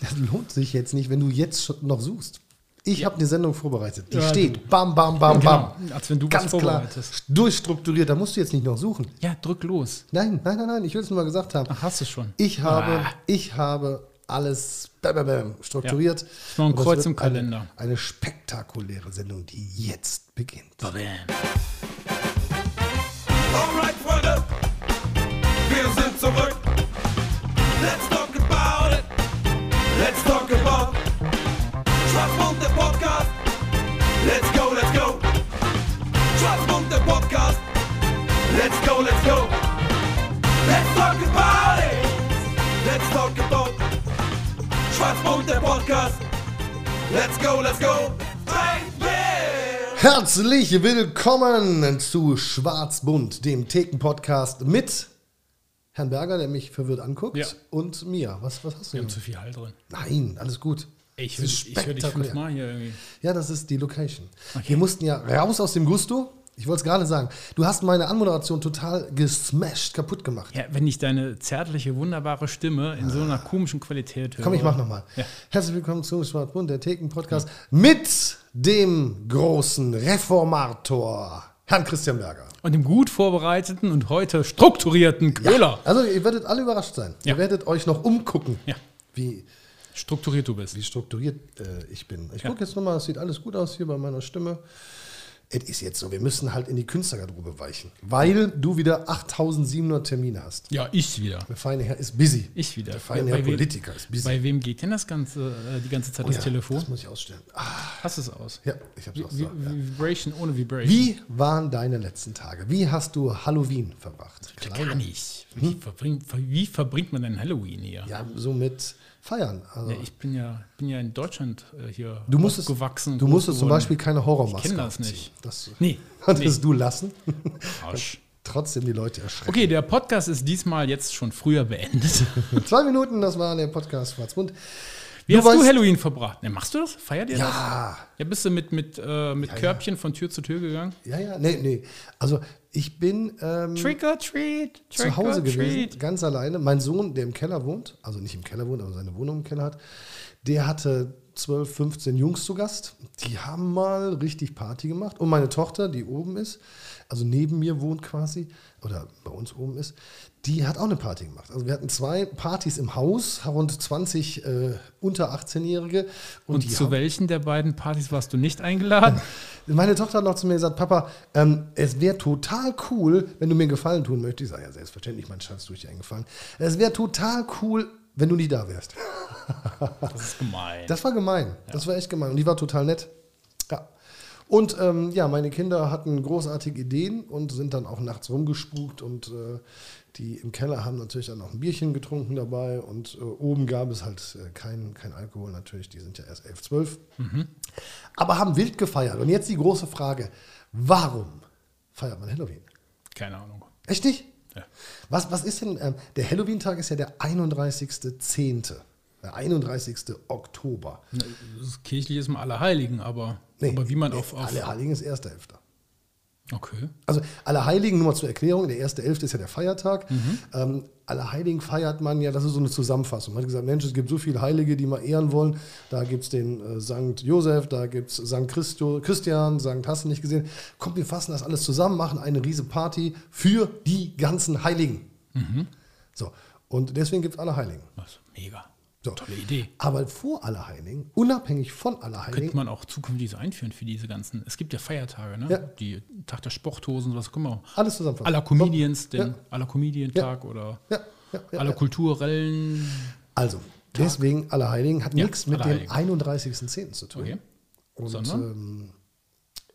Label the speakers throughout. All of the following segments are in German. Speaker 1: Das lohnt sich jetzt nicht, wenn du jetzt schon noch suchst. Ich habe eine Sendung vorbereitet. Die
Speaker 2: Ja,
Speaker 1: steht bam, bam, bam,
Speaker 2: Genau,
Speaker 1: bam.
Speaker 2: als wenn du was
Speaker 1: Ganz klar
Speaker 2: vorbereitest.
Speaker 1: durchstrukturiert. Da musst du jetzt nicht noch suchen.
Speaker 2: Ja, drück los.
Speaker 1: Nein, nein, nein, nein. Ich will es nur mal gesagt haben.
Speaker 2: Ach, hast du Ah. schon.
Speaker 1: Ich habe, ich habe alles bam, bam, bam, strukturiert.
Speaker 2: noch ein
Speaker 1: Und das
Speaker 2: Kreuz
Speaker 1: wird
Speaker 2: im Kalender.
Speaker 1: Eine, eine spektakuläre Sendung, die jetzt beginnt.
Speaker 3: Alright, Freunde, wir sind zurück. Let's talk about it. Let's talk about Schwarzmund, der Podcast. Let's go, let's go. Schwarzmund, der Podcast. Let's go, let's go. Let's talk about it. Let's talk about Schwarzmund, der Podcast. Let's go, let's go. Baby!
Speaker 1: Herzlich willkommen zu Schwarzbund, dem Theken-Podcast mit Herrn Berger, der mich verwirrt anguckt,
Speaker 2: Ja.
Speaker 1: und mir. Was, was hast du
Speaker 2: Wir haben
Speaker 1: denn?
Speaker 2: zu viel Hall drin.
Speaker 1: Nein, alles gut.
Speaker 2: Ich,
Speaker 1: Das ist
Speaker 2: ich, ich höre dich
Speaker 1: spektakulär.
Speaker 2: fünfmal hier irgendwie.
Speaker 1: Ja, das ist die Location. Wir mussten ja raus aus dem Gusto. Ich wollte es gerade sagen. Du hast meine Anmoderation total gesmashed, kaputt gemacht.
Speaker 2: Ja, wenn ich deine zärtliche, wunderbare Stimme in so einer komischen Qualität höre.
Speaker 1: Komm, ich mach nochmal.
Speaker 2: Ja.
Speaker 1: Herzlich willkommen zu Schwarzbund, der Theken-Podcast mit dem großen Reformator, Herrn Christian Berger.
Speaker 2: Und dem gut vorbereiteten und heute strukturierten Köhler.
Speaker 1: Also ihr werdet alle überrascht sein.
Speaker 2: Ja.
Speaker 1: Ihr werdet euch noch umgucken,
Speaker 2: Ja.
Speaker 1: wie,
Speaker 2: Strukturiert du bist.
Speaker 1: wie strukturiert äh, ich bin. Ich gucke jetzt nochmal, es sieht alles gut aus hier bei meiner Stimme. Es ist jetzt so, wir müssen halt in die Künstlergarderobe weichen, weil du wieder 8700 Termine hast.
Speaker 2: Ja, ich wieder.
Speaker 1: Der feine Herr ist busy.
Speaker 2: Ich wieder.
Speaker 1: Der feine
Speaker 2: Bei
Speaker 1: Herr
Speaker 2: wem-
Speaker 1: Politiker ist busy.
Speaker 2: Bei wem geht denn das ganze, äh, die ganze Zeit das
Speaker 1: Oh Ja,
Speaker 2: Telefon?
Speaker 1: Das muss ich ausstellen. Ah,
Speaker 2: Hast es aus.
Speaker 1: ja, ich hab's
Speaker 2: Vi-
Speaker 1: ausgestellt.
Speaker 2: Vi- Vibration ohne Vibration.
Speaker 1: Wie waren deine letzten Tage? Wie hast du Halloween verbracht?
Speaker 2: Gar nicht. Wie,
Speaker 1: Hm?
Speaker 2: verbringt, wie verbringt man denn Halloween hier?
Speaker 1: Ja, so mit Feiern. Also,
Speaker 2: Ja, Ich bin ja, bin ja in Deutschland äh, hier
Speaker 1: du musstest,
Speaker 2: gewachsen.
Speaker 1: du musstest zum Beispiel keine Horrormaske
Speaker 2: Ich kenn das
Speaker 1: aufziehen.
Speaker 2: nicht.
Speaker 1: Das
Speaker 2: Nee,
Speaker 1: hattest du lassen.
Speaker 2: Arsch.
Speaker 1: Trotzdem die Leute erschrecken.
Speaker 2: Okay, der Podcast ist diesmal jetzt schon früher beendet.
Speaker 1: Zwei Minuten, das war der Podcast Schwarzbund.
Speaker 2: Wie
Speaker 1: Du
Speaker 2: hast du
Speaker 1: weißt-
Speaker 2: Halloween verbracht? Ne, machst du das? Feiert ihr das?
Speaker 1: Ja,
Speaker 2: Ja, bist du mit, mit, äh, mit Körbchen von Tür zu Tür gegangen?
Speaker 1: ja, ja, nee, nee. Also ich bin ähm,
Speaker 2: Trick or treat, trick
Speaker 1: zu Hause
Speaker 2: or
Speaker 1: gewesen,
Speaker 2: treat.
Speaker 1: ganz alleine. Mein Sohn, der im Keller wohnt, also nicht im Keller wohnt, aber seine Wohnung im Keller hat, der hatte 12, 15 Jungs zu Gast. Die haben mal richtig Party gemacht. Und meine Tochter, die oben ist, also neben mir wohnt quasi, oder bei uns oben ist, die hat auch eine Party gemacht. Also wir hatten zwei Partys im Haus, rund 20 äh, unter 18-Jährige. Und,
Speaker 2: Und
Speaker 1: die
Speaker 2: zu
Speaker 1: haben-
Speaker 2: welchen der beiden Partys warst du nicht eingeladen?
Speaker 1: meine Tochter hat noch zu mir gesagt, Papa, ähm, es wäre total cool, wenn du mir einen Gefallen tun möchtest. Ich sage, ja, selbstverständlich, mein Schatz, durch dir einen Gefallen. Es wäre total cool, wenn du nie da wärst.
Speaker 2: Das ist gemein.
Speaker 1: Das war gemein. Das war echt gemein. Und die war total nett. Ja. Und ähm, ja, meine Kinder hatten großartige Ideen und sind dann auch nachts rumgespukt und äh, die im Keller haben natürlich dann auch ein Bierchen getrunken dabei und äh, oben gab es halt äh, kein, kein Alkohol natürlich, die sind ja erst 11, 12. Aber haben wild gefeiert. Und jetzt die große Frage, warum feiert man Halloween?
Speaker 2: Keine Ahnung.
Speaker 1: Echt nicht?
Speaker 2: Ja.
Speaker 1: Was, was ist denn, ähm, der Halloween-Tag ist ja der 31.10., der 31. Oktober.
Speaker 2: Das kirchliche ist mal Allerheiligen, aber, aber wie man auf, auf.
Speaker 1: Allerheiligen ist 1.11.
Speaker 2: Okay.
Speaker 1: Also Allerheiligen, nur mal zur Erklärung, der 1.11. ist ja der Feiertag.
Speaker 2: Mhm.
Speaker 1: Ähm, Allerheiligen feiert man ja, das ist so eine Zusammenfassung. Man hat gesagt, Mensch, es gibt so viele Heilige, die man ehren wollen. Da gibt es den äh, Sankt Josef, da gibt es Sankt Christo, Christian, Sankt hast du nicht gesehen. Kommt, wir fassen das alles zusammen, machen eine riese Party für die ganzen Heiligen.
Speaker 2: Mhm.
Speaker 1: So, und deswegen gibt es Allerheiligen.
Speaker 2: Was? Also, Mega.
Speaker 1: So.
Speaker 2: Tolle Idee.
Speaker 1: Aber vor Allerheiligen, unabhängig von Allerheiligen,
Speaker 2: Könnte man auch zukünftig so einführen für diese ganzen. Es gibt ja Feiertage, ne?
Speaker 1: Ja.
Speaker 2: Die Tag der Sporthosen, was können wir auch.
Speaker 1: alles zusammenfassen.
Speaker 2: Aller Comedians, den
Speaker 1: Ja.
Speaker 2: aller Comedian-Tag oder
Speaker 1: Ja, ja, ja,
Speaker 2: aller
Speaker 1: ja.
Speaker 2: kulturellen.
Speaker 1: Also, deswegen Allerheiligen hat
Speaker 2: Ja,
Speaker 1: nichts mit dem
Speaker 2: Allerheiligen.
Speaker 1: 31.10. zu tun.
Speaker 2: Okay.
Speaker 1: Und
Speaker 2: Sondern?
Speaker 1: Ähm,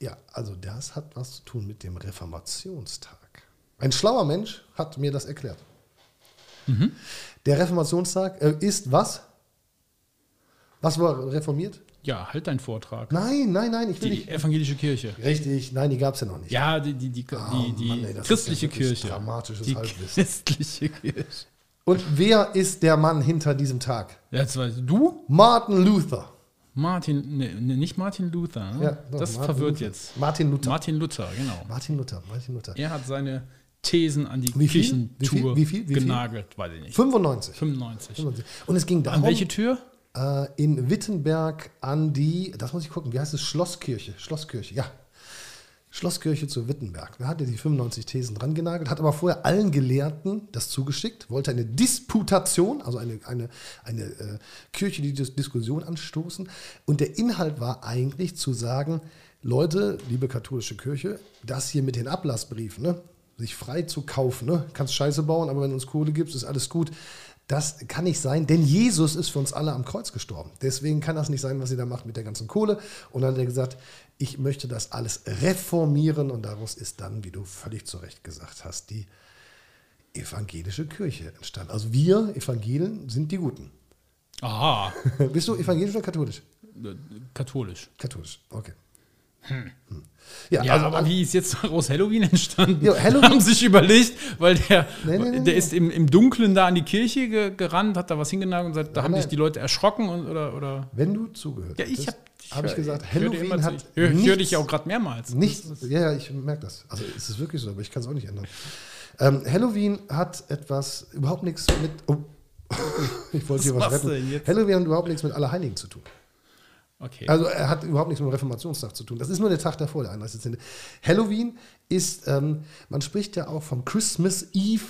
Speaker 1: ja, also das hat was zu tun mit dem Reformationstag. Ein schlauer Mensch hat mir das erklärt.
Speaker 2: Mhm.
Speaker 1: Der Reformationstag äh, ist was? Was war reformiert?
Speaker 2: Ja, halt dein Vortrag.
Speaker 1: Nein, nein, nein, ich will
Speaker 2: die
Speaker 1: nicht.
Speaker 2: evangelische Kirche.
Speaker 1: Richtig, nein, die gab es ja noch nicht.
Speaker 2: Ja, die, die, die, die, die
Speaker 1: Ah, Mann, ey, das
Speaker 2: christliche
Speaker 1: ist ja wirklich
Speaker 2: Kirche.
Speaker 1: dramatisches
Speaker 2: die
Speaker 1: Halbwissen.
Speaker 2: christliche Kirche.
Speaker 1: Und wer ist der Mann hinter diesem Tag?
Speaker 2: Jetzt weißt du,
Speaker 1: Martin Luther.
Speaker 2: Martin, ne, ne, nicht Martin Luther. Ne?
Speaker 1: Ja, doch,
Speaker 2: das
Speaker 1: Martin
Speaker 2: verwirrt
Speaker 1: Luther.
Speaker 2: jetzt.
Speaker 1: Martin Luther.
Speaker 2: Martin Luther, genau.
Speaker 1: Martin Luther, Martin Luther.
Speaker 2: Er hat seine Thesen an die
Speaker 1: Wie viel?
Speaker 2: Kirchentour
Speaker 1: Wie viel? Wie viel? Wie viel?
Speaker 2: genagelt, weiß ich nicht.
Speaker 1: 95.
Speaker 2: 95.
Speaker 1: 95. Und es ging darum.
Speaker 2: An welche Tür?
Speaker 1: äh, in Wittenberg an die, das muss ich gucken, wie heißt es? Schlosskirche. Schlosskirche, ja. Schlosskirche zu Wittenberg. Da hat er die 95 Thesen dran genagelt, hat aber vorher allen Gelehrten das zugeschickt, wollte eine Disputation, also eine, eine, eine äh, Kirche, die Dis Diskussion anstoßen. Und der Inhalt war eigentlich zu sagen, Leute, liebe katholische Kirche, das hier mit den Ablassbriefen, ne, sich frei zu kaufen, ne, kannst Scheiße bauen, aber wenn du uns Kohle gibst, ist alles gut. Das kann nicht sein, denn Jesus ist für uns alle am Kreuz gestorben. Deswegen kann das nicht sein, was ihr da macht mit der ganzen Kohle. Und dann hat er gesagt, ich möchte das alles reformieren. Und daraus ist dann, wie du völlig zu Recht gesagt hast, die evangelische Kirche entstanden. Also wir Evangelien sind die Guten.
Speaker 2: Aha,
Speaker 1: Bist du evangelisch oder katholisch?
Speaker 2: äh, katholisch.
Speaker 1: Katholisch, okay. Hm.
Speaker 2: Ja, aber wie ist jetzt daraus Halloween entstanden?
Speaker 1: Jo, Halloween-
Speaker 2: Haben sich überlegt, weil der,
Speaker 1: Nee, nee, nee, nee.
Speaker 2: der ist im, im Dunkeln da an die Kirche ge gerannt, hat da was hingenagelt und sagt, da haben
Speaker 1: nein.
Speaker 2: sich die Leute erschrocken und, oder, oder.
Speaker 1: Wenn du zugehört
Speaker 2: Ja, ich
Speaker 1: hättest,
Speaker 2: habe
Speaker 1: hab ich gesagt, Halloween hat
Speaker 2: Ich höre hör
Speaker 1: nichts-
Speaker 2: dich ja auch gerade mehrmals.
Speaker 1: Nicht, ja, ja, ich merke das. Also es ist wirklich so, aber ich kann es auch nicht ändern. Ähm, Halloween hat etwas, überhaupt nichts mit. Oh, ich wollte hier was
Speaker 2: machst du denn
Speaker 1: retten.
Speaker 2: jetzt?
Speaker 1: Halloween hat überhaupt nichts mit Allerheiligen zu tun.
Speaker 2: Okay.
Speaker 1: Also er hat überhaupt nichts mit dem Reformationstag zu tun. Das ist nur der Tag davor, der 31. Halloween ist, ähm, man spricht ja auch vom Christmas Eve.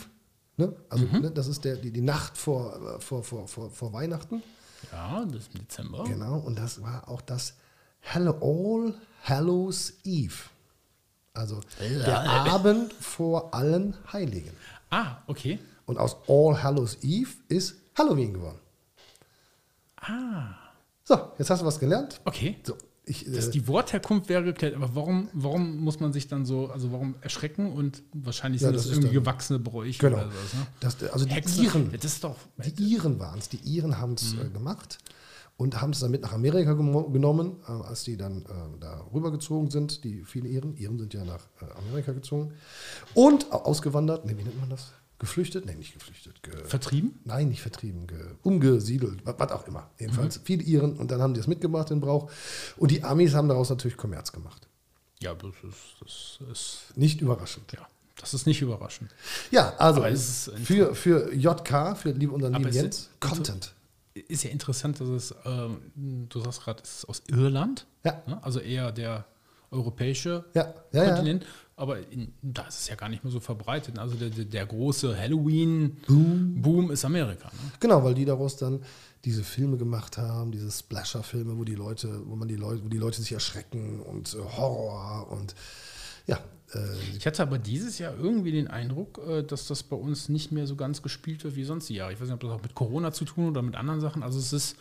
Speaker 1: Ne? Also
Speaker 2: Mhm.
Speaker 1: ne, das ist der, die, die Nacht vor, äh, vor, vor, vor, vor Weihnachten.
Speaker 2: ja, das ist im Dezember.
Speaker 1: Genau, und das war auch das Hello All Hallows Eve. Also der Abend vor allen Heiligen.
Speaker 2: Ah, okay.
Speaker 1: Und aus All Hallows Eve ist Halloween geworden.
Speaker 2: Ah,
Speaker 1: So, jetzt hast du was gelernt.
Speaker 2: okay.
Speaker 1: So, ich,
Speaker 2: Dass
Speaker 1: äh,
Speaker 2: die Wortherkunft wäre geklärt, aber warum, warum muss man sich dann so, also warum erschrecken und wahrscheinlich
Speaker 1: Ja,
Speaker 2: sind
Speaker 1: das
Speaker 2: das,
Speaker 1: ist
Speaker 2: irgendwie
Speaker 1: dann-
Speaker 2: gewachsene Bräuche
Speaker 1: genau.
Speaker 2: oder sowas, ne?
Speaker 1: Das, also die
Speaker 2: Hexen,
Speaker 1: Iren,
Speaker 2: das ist doch.
Speaker 1: die Iren waren es. Die Iren haben es
Speaker 2: Mhm.
Speaker 1: äh, gemacht und haben es dann mit nach Amerika gemo- genommen, äh, als die dann äh, da rübergezogen sind. Die vielen Iren, Iren sind ja nach äh, Amerika gezogen und au- ausgewandert. Nee, wie nennt man das? Geflüchtet? Nee, nicht geflüchtet. Ge
Speaker 2: Vertrieben?
Speaker 1: Nein, nicht vertrieben, ge umgesiedelt, wa- was auch immer. Jedenfalls
Speaker 2: Mhm.
Speaker 1: viele Iren und dann haben die das mitgemacht, den Brauch. Und die Amis haben daraus natürlich Kommerz gemacht.
Speaker 2: Ja, das ist, das ist,
Speaker 1: Nicht überraschend.
Speaker 2: ja, das ist nicht überraschend.
Speaker 1: Ja, also
Speaker 2: Aber es ist
Speaker 1: für, für JK, für liebe unseren
Speaker 2: Aber
Speaker 1: lieben
Speaker 2: es
Speaker 1: Jens,
Speaker 2: ist-
Speaker 1: Content.
Speaker 2: Ist ja interessant, dass es, ähm, du sagst gerade, es ist aus Irland,
Speaker 1: Ja.
Speaker 2: ne? also eher der europäische
Speaker 1: Ja, ja, ja.
Speaker 2: Kontinent, aber in, da ist es ja gar nicht mehr so verbreitet. Also der, der, der große Halloween-Boom ist Amerika. Ne?
Speaker 1: Genau, weil die daraus dann diese Filme gemacht haben, diese Splasher-Filme, wo die Leute, wo man die Leute, wo die Leute sich erschrecken und äh, Horror und ja, äh,
Speaker 2: Ich hatte aber dieses Jahr irgendwie den Eindruck, äh, dass das bei uns nicht mehr so ganz gespielt wird wie sonst die Jahre. Ich weiß nicht, ob das auch mit Corona zu tun oder mit anderen Sachen. Also es ist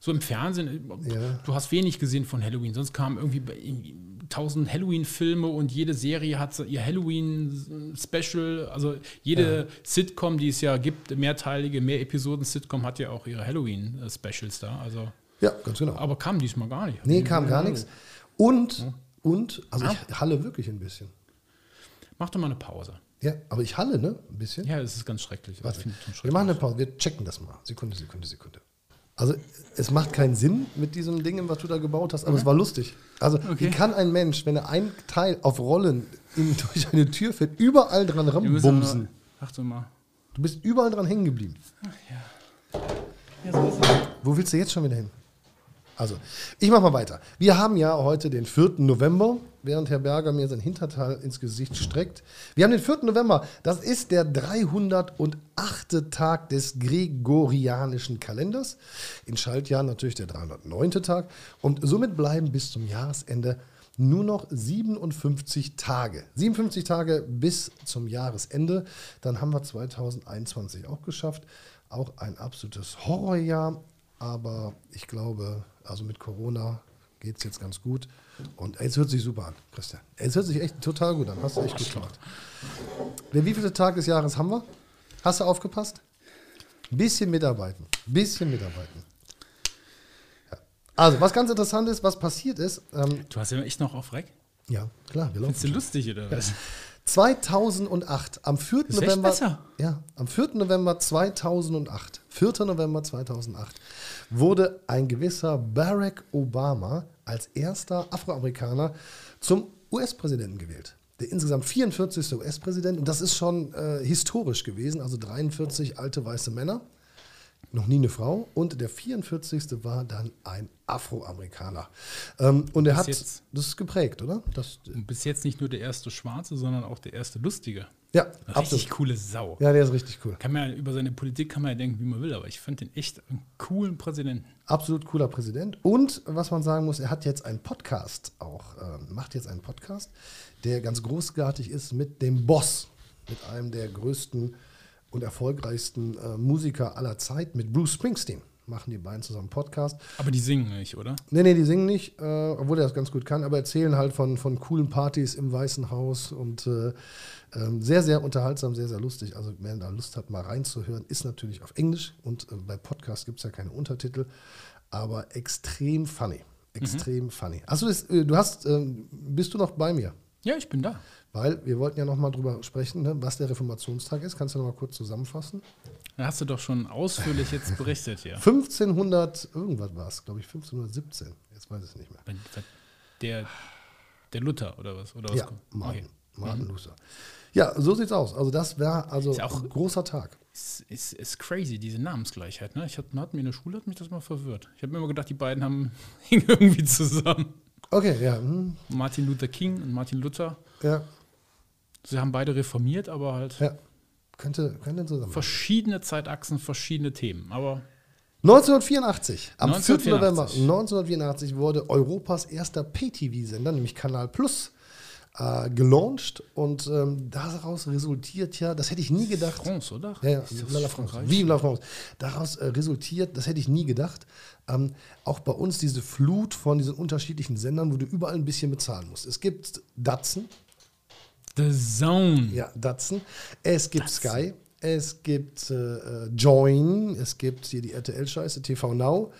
Speaker 2: so im Fernsehen, äh,
Speaker 1: Ja.
Speaker 2: du hast wenig gesehen von Halloween. Sonst kamen irgendwie bei- irgendwie tausend Halloween-Filme und jede Serie hat so ihr Halloween-Special. Also jede Sitcom, die es ja gibt, mehrteilige, mehr Episoden-Sitcom hat ja auch ihre Halloween-Specials da. Also,
Speaker 1: ja, ganz genau.
Speaker 2: aber kam diesmal gar nicht.
Speaker 1: nee, kam gar nichts. Und, und, also ich halle wirklich ein bisschen.
Speaker 2: Mach doch mal eine Pause.
Speaker 1: Ja, aber ich halle, ne? Ein bisschen.
Speaker 2: Ja, es ist ganz schrecklich. Also, Ich
Speaker 1: Warte,
Speaker 2: finde es schon
Speaker 1: wir machen eine Pause, wir checken das mal. Sekunde, Sekunde, Sekunde. Also es macht keinen Sinn mit diesem Ding, was du da gebaut hast, aber es war lustig. Also wie
Speaker 2: Okay.
Speaker 1: kann ein Mensch, wenn er ein Teil auf Rollen in, durch eine Tür fährt, überall dran rumbumsen?
Speaker 2: Achte mal.
Speaker 1: Du bist überall dran hängen geblieben. Wo willst du jetzt schon wieder hin? Also, ich mach mal weiter. Wir haben ja heute den 4. November, während Herr Berger mir sein Hinterteil ins Gesicht streckt. Wir haben den 4. November, das ist der 308. Tag des gregorianischen Kalenders. In Schaltjahren natürlich der 309. Tag. Und somit bleiben bis zum Jahresende nur noch 57 Tage. 57 Tage bis zum Jahresende. Dann haben wir 2021 auch geschafft. Auch ein absolutes Horrorjahr. Aber ich glaube, also mit Corona geht es jetzt ganz gut. Und ey, es hört sich super an, Christian. Ey, Es hört sich echt total gut an. Hast du echt gut gemacht. Der wievielte Tag des Jahres haben wir? Hast du aufgepasst? Bisschen mitarbeiten. Bisschen mitarbeiten. Ja. Also, was ganz interessant ist, was passiert ist. Ähm,
Speaker 2: Du hast ja echt noch auf Rack?
Speaker 1: ja, klar, wir
Speaker 2: Findest du
Speaker 1: laufen.
Speaker 2: lustig oder was?
Speaker 1: 2008, am 4.
Speaker 2: Ist echt
Speaker 1: November.
Speaker 2: besser.
Speaker 1: Ja, am 4. November 2008, 4. November 2008, wurde ein gewisser Barack Obama als erster Afroamerikaner zum US-Präsidenten gewählt. Der insgesamt 44. US-Präsident, und das ist schon äh, historisch gewesen, also 43 alte weiße Männer noch nie eine Frau. Und der 44. war dann ein Afroamerikaner. Ähm, und er hat,
Speaker 2: jetzt-
Speaker 1: das ist geprägt, oder? Das,
Speaker 2: Und bis jetzt nicht nur der erste Schwarze, sondern auch der erste Lustige.
Speaker 1: ja,
Speaker 2: Eine
Speaker 1: absolut.
Speaker 2: Richtig coole Sau.
Speaker 1: Ja, der ist richtig cool.
Speaker 2: Kann man, ja- über seine Politik kann man ja denken, wie man will, aber ich fand den echt einen coolen Präsidenten.
Speaker 1: Absolut cooler Präsident. Und was man sagen muss, er hat jetzt einen Podcast auch, ähm, macht jetzt einen Podcast, der ganz großartig ist mit dem Boss, mit einem der größten und erfolgreichsten äh, Musiker aller Zeit, mit Bruce Springsteen. Machen die beiden zusammen einen Podcast.
Speaker 2: Aber die singen nicht, oder?
Speaker 1: Nee, nee, die singen nicht, äh, obwohl er das ganz gut kann, aber erzählen halt von, von coolen Partys im Weißen Haus und äh, ähm, sehr, sehr unterhaltsam, sehr, sehr lustig. Also wer da Lust hat, mal reinzuhören, ist natürlich auf Englisch und äh, bei Podcast gibt es ja keine Untertitel, aber extrem funny. Extrem funny. Achso, das, äh, du hast, ähm, bist du noch bei mir?
Speaker 2: Ja, ich bin da.
Speaker 1: Weil wir wollten ja nochmal drüber sprechen, ne, was der Reformationstag ist. Kannst du nochmal kurz zusammenfassen?
Speaker 2: Da hast du doch schon ausführlich jetzt berichtet hier.
Speaker 1: 1500, irgendwas war es, glaube ich, 1517. Jetzt weiß ich es nicht mehr.
Speaker 2: Der, der Luther oder was? Oder was
Speaker 1: Ja,
Speaker 2: kommt?
Speaker 1: Martin,
Speaker 2: Okay. Mhm.
Speaker 1: Martin Luther. Ja, so sieht's aus. Also das wäre also
Speaker 2: Ist ja auch-
Speaker 1: ein großer Tag.
Speaker 2: Ist, ist, ist crazy, diese Namensgleichheit. Ne? Ich hab, hatten wir in der Schule, hat mich das mal verwirrt. Ich habe mir immer gedacht, die beiden haben hingen irgendwie zusammen.
Speaker 1: Okay, ja. Hm,
Speaker 2: Martin Luther King und Martin Luther.
Speaker 1: ja,
Speaker 2: Sie haben beide reformiert, aber halt
Speaker 1: ja. Könnte, könnte zusammen.
Speaker 2: verschiedene Zeitachsen, verschiedene Themen. Aber
Speaker 1: 1984, am 4.
Speaker 2: 1984.
Speaker 1: November 1984 wurde Europas erster Pay-TV-Sender, nämlich Kanal Plus, äh, gelauncht. Und ähm, daraus resultiert ja, das hätte ich nie gedacht.
Speaker 2: France, oder?
Speaker 1: Ja, ja,
Speaker 2: Ist das
Speaker 1: Vive la France.
Speaker 2: Frankreich?
Speaker 1: Vive la France. Daraus äh, resultiert, das hätte ich nie gedacht, ähm, auch bei uns diese Flut von diesen unterschiedlichen Sendern, wo du überall ein bisschen bezahlen musst. Es gibt Datsen,
Speaker 2: The Zone.
Speaker 1: ja, Datsen. Es gibt Sky, es gibt äh, äh, Join, es gibt hier die RTL-Scheiße, TV Now,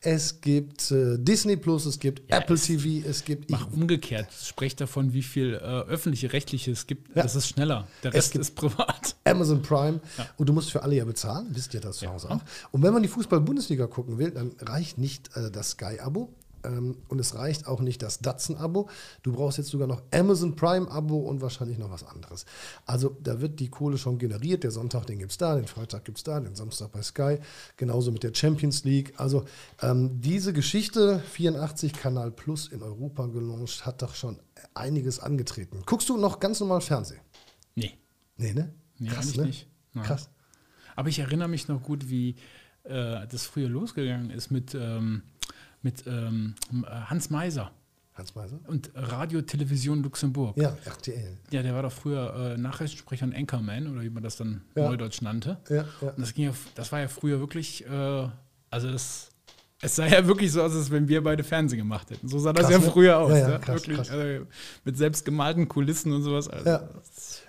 Speaker 1: es gibt äh, Disney Plus, es gibt
Speaker 2: Ja,
Speaker 1: Apple
Speaker 2: es-
Speaker 1: TV, es gibt. Ich,
Speaker 2: Mach umgekehrt. Sprech davon, wie viel äh, öffentliche, rechtliche es gibt.
Speaker 1: Ja.
Speaker 2: Das ist schneller. Der
Speaker 1: Es
Speaker 2: Rest
Speaker 1: gibt-
Speaker 2: ist privat.
Speaker 1: Amazon Prime und du musst für alle ja bezahlen, wisst ihr das zu Hause auch. Und wenn man die Fußball-Bundesliga gucken will, dann reicht nicht äh, das Sky-Abo ähm, und es reicht auch nicht das Datsun-Abo. Du brauchst jetzt sogar noch Amazon Prime-Abo und wahrscheinlich noch was anderes. Also da wird die Kohle schon generiert. Der Sonntag, den gibt es da, den Freitag gibt es da, den Samstag bei Sky, genauso mit der Champions League. Also ähm, diese Geschichte, 84 Kanal Plus in Europa gelauncht, hat doch schon einiges angetreten. Guckst du noch ganz normal Fernsehen?
Speaker 2: Nee.
Speaker 1: Nee, ne?
Speaker 2: Nee, eigentlich nicht. Nein.
Speaker 1: Krass.
Speaker 2: Aber ich erinnere mich noch gut, wie äh, das früher losgegangen ist mit, ähm, mit ähm, Hans Meiser
Speaker 1: Hans Meiser?
Speaker 2: und Radio Television Luxemburg. Ja,
Speaker 1: Ja, RTL.
Speaker 2: der war doch früher äh, Nachrichtensprecher und Anchorman oder wie man das dann
Speaker 1: Ja.
Speaker 2: neudeutsch nannte.
Speaker 1: Ja, ja.
Speaker 2: Und das, ging ja, das war ja früher wirklich, äh, also das, es sah ja wirklich so aus, als wenn wir beide Fernsehen gemacht hätten. So sah das
Speaker 1: Krass,
Speaker 2: ja
Speaker 1: ne?
Speaker 2: früher aus.
Speaker 1: Ja, ja,
Speaker 2: ne?
Speaker 1: krass,
Speaker 2: wirklich,
Speaker 1: krass.
Speaker 2: Also, mit selbst gemalten Kulissen und sowas. Also,
Speaker 1: Ja,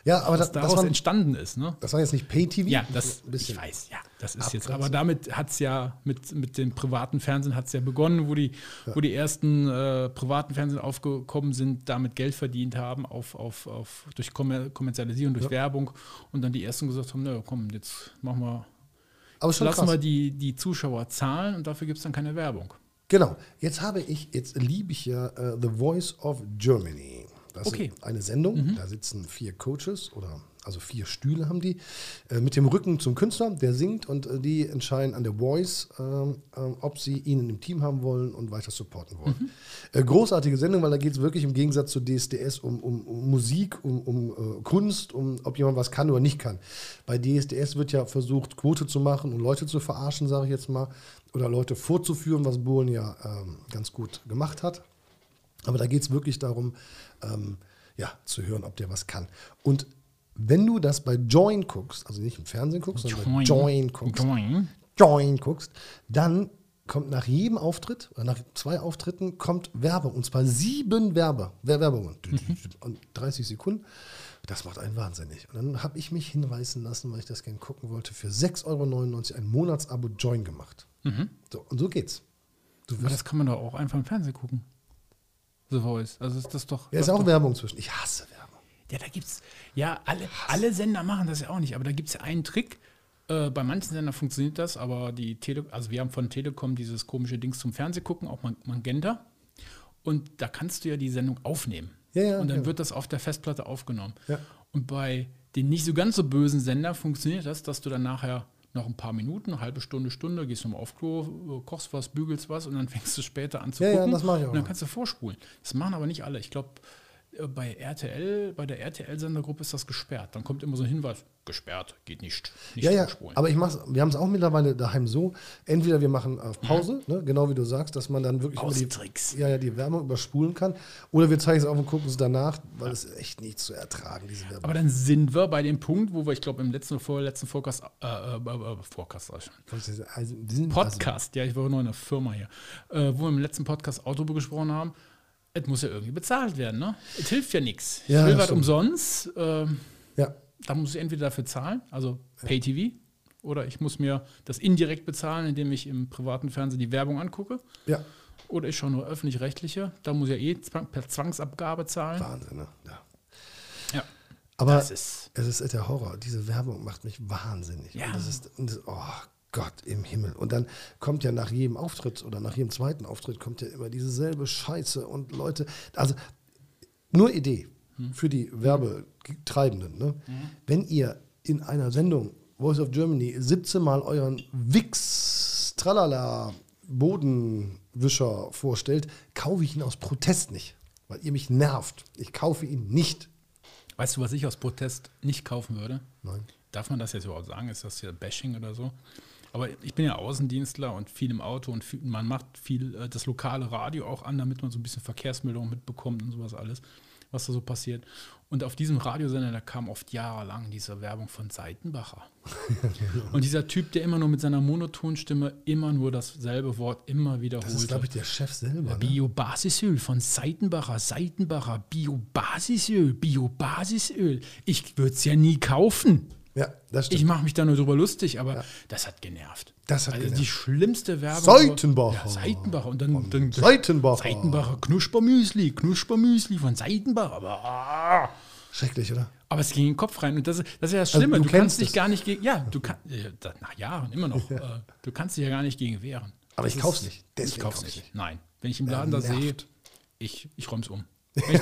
Speaker 1: ja aber das,
Speaker 2: Was
Speaker 1: das,
Speaker 2: daraus
Speaker 1: war,
Speaker 2: entstanden ist, ne?
Speaker 1: das war jetzt nicht Pay-TV.
Speaker 2: Ja, das,
Speaker 1: ein bisschen.
Speaker 2: ich weiß, ja, das ist jetzt.
Speaker 1: Abgrenzung.
Speaker 2: Aber damit hat es ja, mit, mit dem privaten Fernsehen hat es ja begonnen, wo die, wo die ersten äh, privaten Fernsehen aufgekommen sind, damit Geld verdient haben, auf, auf, auf, durch Kommer Kommerzialisierung, durch Werbung. Und dann die ersten gesagt haben, na ja, komm, jetzt machen wir,
Speaker 1: Aber schon
Speaker 2: lassen
Speaker 1: krass.
Speaker 2: wir die, die Zuschauer zahlen und dafür gibt es dann keine Werbung.
Speaker 1: Genau. Jetzt habe ich, jetzt liebe ich ja äh, The Voice of Germany. Das
Speaker 2: Okay.
Speaker 1: ist eine Sendung, da sitzen vier Coaches oder also vier Stühle haben die, äh, mit dem Rücken zum Künstler, der singt und äh, die entscheiden an der Voice, ähm, ähm, ob sie ihn im Team haben wollen und weiter supporten wollen. Äh, großartige Sendung, weil da geht es wirklich im Gegensatz zu DSDS um, um, um Musik, um, um äh, Kunst, um ob jemand was kann oder nicht kann. Bei DSDS wird ja versucht, Quote zu machen und Leute zu verarschen, sage ich jetzt mal, oder Leute vorzuführen, was Bohlen ja ähm, ganz gut gemacht hat. Aber da geht es wirklich darum, ähm, ja, zu hören, ob der was kann. Und wenn du das bei Join guckst, also nicht im Fernsehen guckst, sondern bei Join guckst,
Speaker 2: Join.
Speaker 1: Join guckst, dann kommt nach jedem Auftritt oder nach zwei Auftritten kommt Werbung und zwar sieben Werbe, Wer- Werbungen
Speaker 2: Mhm.
Speaker 1: und 30 Sekunden. Das macht einen wahnsinnig. Und dann habe ich mich hinreißen lassen, weil ich das gerne gucken wollte, für 6,99 Euro ein Monatsabo Join gemacht. So, und so geht's. Du
Speaker 2: Mhm. Aber
Speaker 1: wirst
Speaker 2: das kann man doch auch einfach im Fernsehen gucken. The Voice. Also ist das doch.
Speaker 1: Ja, ist
Speaker 2: doch-
Speaker 1: auch Werbung zwischen. Ich hasse Werbung.
Speaker 2: Ja, da gibt's. Ja, alle, alle Sender machen das ja auch nicht, aber da gibt es ja einen Trick. Äh, bei manchen Sendern funktioniert das, aber die Tele also wir haben von Telekom dieses komische Dings zum Fernsehen gucken, auch Man- Magenta. Und da kannst du ja die Sendung aufnehmen.
Speaker 1: Ja, ja,
Speaker 2: und dann
Speaker 1: ja.
Speaker 2: wird das auf der Festplatte aufgenommen.
Speaker 1: Ja.
Speaker 2: Und bei den nicht so ganz so bösen Sendern funktioniert das, dass du dann nachher noch ein paar Minuten, eine halbe Stunde, Stunde, gehst nochmal auf Klo, äh, kochst was, bügelst was und dann fängst du später an zu
Speaker 1: Ja, ja,
Speaker 2: gucken.
Speaker 1: das mach ich auch
Speaker 2: Und dann
Speaker 1: mal.
Speaker 2: kannst du vorspulen. Das machen aber nicht alle. Ich glaube, bei RTL, bei der RTL-Sendergruppe ist das gesperrt. Dann kommt immer so ein Hinweis, gesperrt, geht nicht, nicht
Speaker 1: Ja, ja,
Speaker 2: vorspulen.
Speaker 1: aber ich mach's, wir haben es auch mittlerweile daheim so, entweder wir machen auf Pause, ne, genau wie du sagst, dass man dann wirklich immer
Speaker 2: Mhm. Pausentricks.
Speaker 1: die, ja, ja, die Werbung überspulen kann, oder wir zeigen es auf und gucken es danach, weil es ist echt nicht zu ertragen, diese Werbung.
Speaker 2: aber dann sind wir bei dem Punkt, wo wir, ich glaube, im letzten oder vorletzten Vorkast, äh, äh, äh, Vorkast, sag ich schon,
Speaker 1: also, die sind,
Speaker 2: Podcast, ja, ich war nur in der Firma hier, äh, wo wir im letzten Podcast auch drüber gesprochen haben, es muss ja irgendwie bezahlt werden, ne? Es hilft ja nichts. Ich
Speaker 1: Ja,
Speaker 2: will
Speaker 1: das
Speaker 2: was
Speaker 1: stimmt.
Speaker 2: umsonst, ähm,
Speaker 1: also, ja.
Speaker 2: da muss ich entweder dafür zahlen, also Pay-TV, oder ich muss mir das indirekt bezahlen, indem ich im privaten Fernsehen die Werbung angucke,
Speaker 1: Ja,
Speaker 2: oder ich schaue nur öffentlich-rechtliche, da muss ich ja eh zwang, per Zwangsabgabe zahlen.
Speaker 1: Wahnsinn, ne? Ja.
Speaker 2: Ja,
Speaker 1: Aber
Speaker 2: das ist,
Speaker 1: es ist der Horror. Diese Werbung macht mich wahnsinnig.
Speaker 2: Ja.
Speaker 1: Und das ist, und das, oh Gott im Himmel. Und dann kommt ja nach jedem Auftritt oder nach jedem zweiten Auftritt kommt ja immer dieselbe Scheiße und Leute. Also nur Idee für die Werbetreibenden. Ne? Wenn ihr in einer Sendung Voice of Germany 17 Mal euren Wix Tralala Bodenwischer vorstellt, kaufe ich ihn aus Protest nicht, weil ihr mich nervt. Ich kaufe ihn nicht.
Speaker 2: weißt du, was ich aus Protest nicht kaufen würde?
Speaker 1: Nein.
Speaker 2: Darf man das jetzt überhaupt sagen? Ist das hier Bashing oder so? Aber ich bin ja Außendienstler und viel im Auto und viel, man macht viel äh, das lokale Radio auch an, damit man so ein bisschen Verkehrsmeldungen mitbekommt und sowas alles, was da so passiert. Und auf diesem Radiosender, da kam oft jahrelang diese Werbung von Seitenbacher. und dieser Typ, der immer nur mit seiner monotonen Stimme immer nur dasselbe Wort immer wiederholt.
Speaker 1: Das ist, glaube ich, der Chef selber. Ne?
Speaker 2: Biobasisöl von Seitenbacher, Seitenbacher, Biobasisöl, Biobasisöl. Ich würde es ja nie kaufen.
Speaker 1: Ja, das
Speaker 2: Ich
Speaker 1: stimmt.
Speaker 2: mache mich da nur drüber lustig, aber das hat genervt.
Speaker 1: Also Das hat
Speaker 2: also
Speaker 1: genervt.
Speaker 2: die schlimmste Werbung.
Speaker 1: Seitenbacher.
Speaker 2: Ja, Seitenbacher. Und dann, dann
Speaker 1: Seitenbacher.
Speaker 2: Seitenbacher Knuspermüsli, Knuspermüsli von Seitenbacher. Aber, ah.
Speaker 1: Schrecklich, oder?
Speaker 2: aber es ging in den Kopf rein. Und das, ist- das ist ja das
Speaker 1: Also
Speaker 2: Schlimme.
Speaker 1: du
Speaker 2: du kannst
Speaker 1: kennst
Speaker 2: dich
Speaker 1: es.
Speaker 2: gar nicht gegen. Ja, du kannst. Äh, da- nach Jahren, immer noch. Äh, du kannst dich ja gar nicht gegen wehren.
Speaker 1: Aber ich
Speaker 2: Das
Speaker 1: kauf's
Speaker 2: ist-
Speaker 1: nicht. Deswegen
Speaker 2: ich kauf's,
Speaker 1: kauf ich
Speaker 2: nicht. Nein. Wenn ich im Laden da
Speaker 1: nervt.
Speaker 2: sehe, ich, ich räum's um. Ich,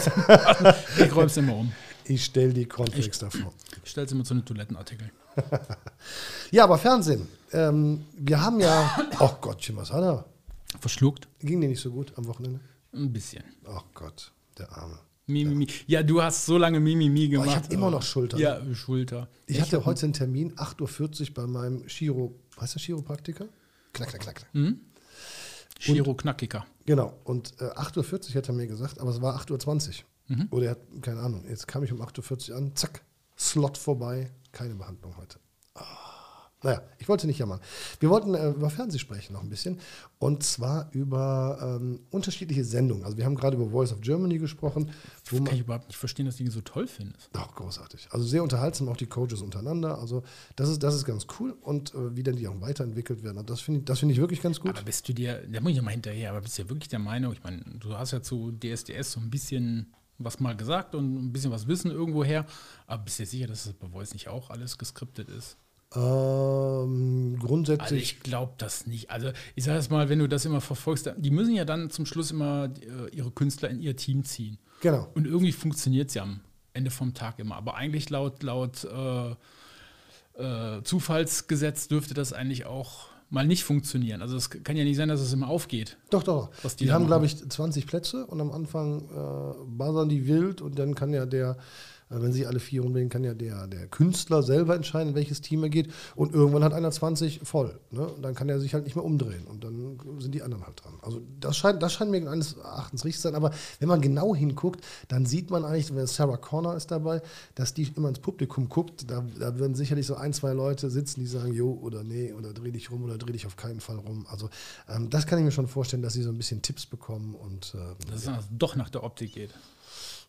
Speaker 2: ich räum's immer um.
Speaker 1: Ich stelle die Cornflakes davor.
Speaker 2: Ich stell's immer zu einem Toilettenartikel.
Speaker 1: Ja, aber Fernsehen. Ähm, wir haben ja. Oh Gottchen, was hat er?
Speaker 2: Verschluckt?
Speaker 1: Ging dir nicht so gut am Wochenende?
Speaker 2: Ein bisschen.
Speaker 1: Oh Gott, der Arme.
Speaker 2: Mimimi. Ja. du hast so lange Mimimi gemacht.
Speaker 1: ich hab immer
Speaker 2: aber-
Speaker 1: noch Schulter.
Speaker 2: Ja, Schulter.
Speaker 1: Ich hatte heute einen Termin, 8.40 Uhr bei meinem Chiro. Heißt der Chiropraktiker? Knack, knack, knack. knack.
Speaker 2: Chiroknackiger.
Speaker 1: Genau. Und äh, 8.40 Uhr hat er mir gesagt, aber es war 8.20 Uhr.
Speaker 2: Mhm.
Speaker 1: Oder er hat, keine Ahnung, jetzt kam ich um 8.40 Uhr an, zack, Slot vorbei, keine Behandlung heute. Ah. Naja, ich wollte nicht jammern. Wir wollten äh, über Fernsehen sprechen noch ein bisschen. Und zwar über ähm, unterschiedliche Sendungen. Also wir haben gerade über Voice of Germany gesprochen. Wo
Speaker 2: Kann
Speaker 1: man,
Speaker 2: ich überhaupt nicht verstehen, dass du ihn so toll findest.
Speaker 1: auch großartig. Also sehr unterhaltsam, auch die Coaches untereinander. Also das ist, das ist ganz cool. Und äh, wie dann die auch weiterentwickelt werden. Und das finde ich, das finde ich wirklich ganz gut.
Speaker 2: Aber bist du dir, da muss ich nochmal hinterher, aber bist du ja wirklich der Meinung, ich meine, du hast ja zu DSDS so ein bisschen was mal gesagt und ein bisschen was Wissen irgendwoher, aber bist du dir sicher, dass das bei Voice nicht auch alles geskriptet ist?
Speaker 1: Ähm, grundsätzlich.
Speaker 2: Also ich glaube das nicht. Also ich sage es mal, wenn du das immer verfolgst, dann- die müssen ja dann zum Schluss immer äh, ihre Künstler in ihr Team ziehen.
Speaker 1: Genau.
Speaker 2: Und irgendwie funktioniert es ja am Ende vom Tag immer. Aber eigentlich laut, laut äh, äh, Zufallsgesetz dürfte das eigentlich auch mal nicht funktionieren. Also es kann ja nicht sein, dass es immer aufgeht.
Speaker 1: Doch, doch.
Speaker 2: Was die
Speaker 1: die
Speaker 2: da
Speaker 1: haben,
Speaker 2: machen.
Speaker 1: glaube ich, 20 Plätze und am Anfang äh, buzzern die wild und dann kann ja der, äh, wenn sie alle vier rumlegen, kann ja der, der Künstler selber entscheiden, in welches Team er geht. Und irgendwann hat einer 20 voll. Ne? Und dann kann er sich halt nicht mehr umdrehen und dann sind die anderen halt dran. Also das scheint, das scheint mir eines Erachtens richtig zu sein. Aber wenn man genau hinguckt, dann sieht man eigentlich, wenn Sarah Connor ist dabei, dass die immer ins Publikum guckt. Da, da würden sicherlich so ein, zwei Leute sitzen, die sagen, jo oder nee oder dreh dich rum oder dreh dich auf keinen Fall rum. Also ähm, das kann ich mir schon vorstellen, dass sie so ein bisschen Tipps bekommen und ähm,
Speaker 2: Dass es dann doch nach der Optik geht.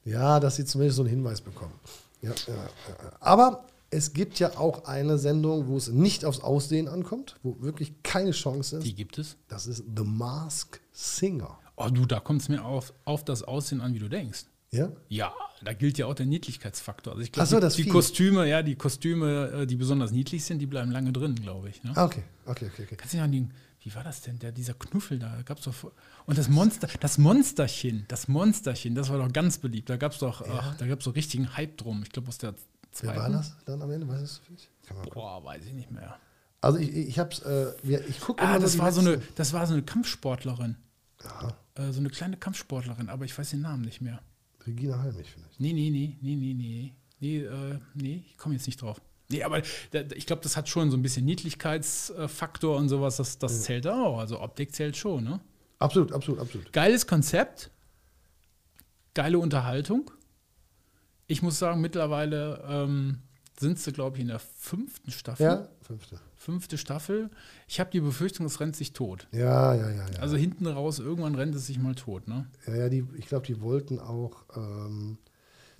Speaker 1: ja, dass sie zumindest so einen Hinweis bekommen. Ja, ja, ja, ja. Aber es gibt ja auch eine Sendung, wo es nicht aufs Aussehen ankommt, wo wirklich keine Chance ist.
Speaker 2: Die gibt es.
Speaker 1: Das ist The Mask Singer.
Speaker 2: Oh du, da kommt es mir auf, auf das Aussehen an, wie du denkst.
Speaker 1: Ja?
Speaker 2: Ja, da gilt ja auch der Niedlichkeitsfaktor. Also ich glaube,
Speaker 1: Ach so, das
Speaker 2: die, die
Speaker 1: Vieh.
Speaker 2: Kostüme, ja, die Kostüme, äh, die besonders niedlich sind, die bleiben lange drin, glaube ich. Ne?
Speaker 1: Ah, okay, okay, okay. okay.
Speaker 2: Kannst du dich noch an den, wie war das denn, der, dieser Knuffel da, da gab's doch, vor- und das Monster, das Monsterchen, das Monsterchen, das war doch ganz beliebt, da gab's doch, ach, da gab's doch richtigen Hype drum, ich glaube aus der
Speaker 1: Wer
Speaker 2: zweiten.
Speaker 1: war das dann am Ende? Weißt du das? Kann man
Speaker 2: Boah, weiß ich nicht mehr.
Speaker 1: Also ich, ich hab's, äh, wir- ich gucke
Speaker 2: Ah, das war, so eine, das war so eine Kampfsportlerin. Äh, so eine kleine Kampfsportlerin, aber ich weiß den Namen nicht mehr.
Speaker 1: Regina Halmich vielleicht.
Speaker 2: Nee, nee, nee, nee, nee, nee. Nee, äh, nee, ich komme jetzt nicht drauf. Nee, aber da, da- ich glaube, das hat schon so ein bisschen Niedlichkeitsfaktor und sowas, das, das zählt auch. Also Optik zählt schon, ne?
Speaker 1: Absolut, absolut, absolut.
Speaker 2: Geiles Konzept, geile Unterhaltung. Ich muss sagen, mittlerweile ähm, sind sie, glaube ich, in der fünften Staffel.
Speaker 1: Ja, fünfte.
Speaker 2: Fünfte Staffel. Ich habe die Befürchtung, es rennt sich tot.
Speaker 1: Ja, ja, ja, ja.
Speaker 2: Also hinten raus, irgendwann rennt es sich mal tot, ne?
Speaker 1: ja, ja die, ich glaube, die wollten auch ähm,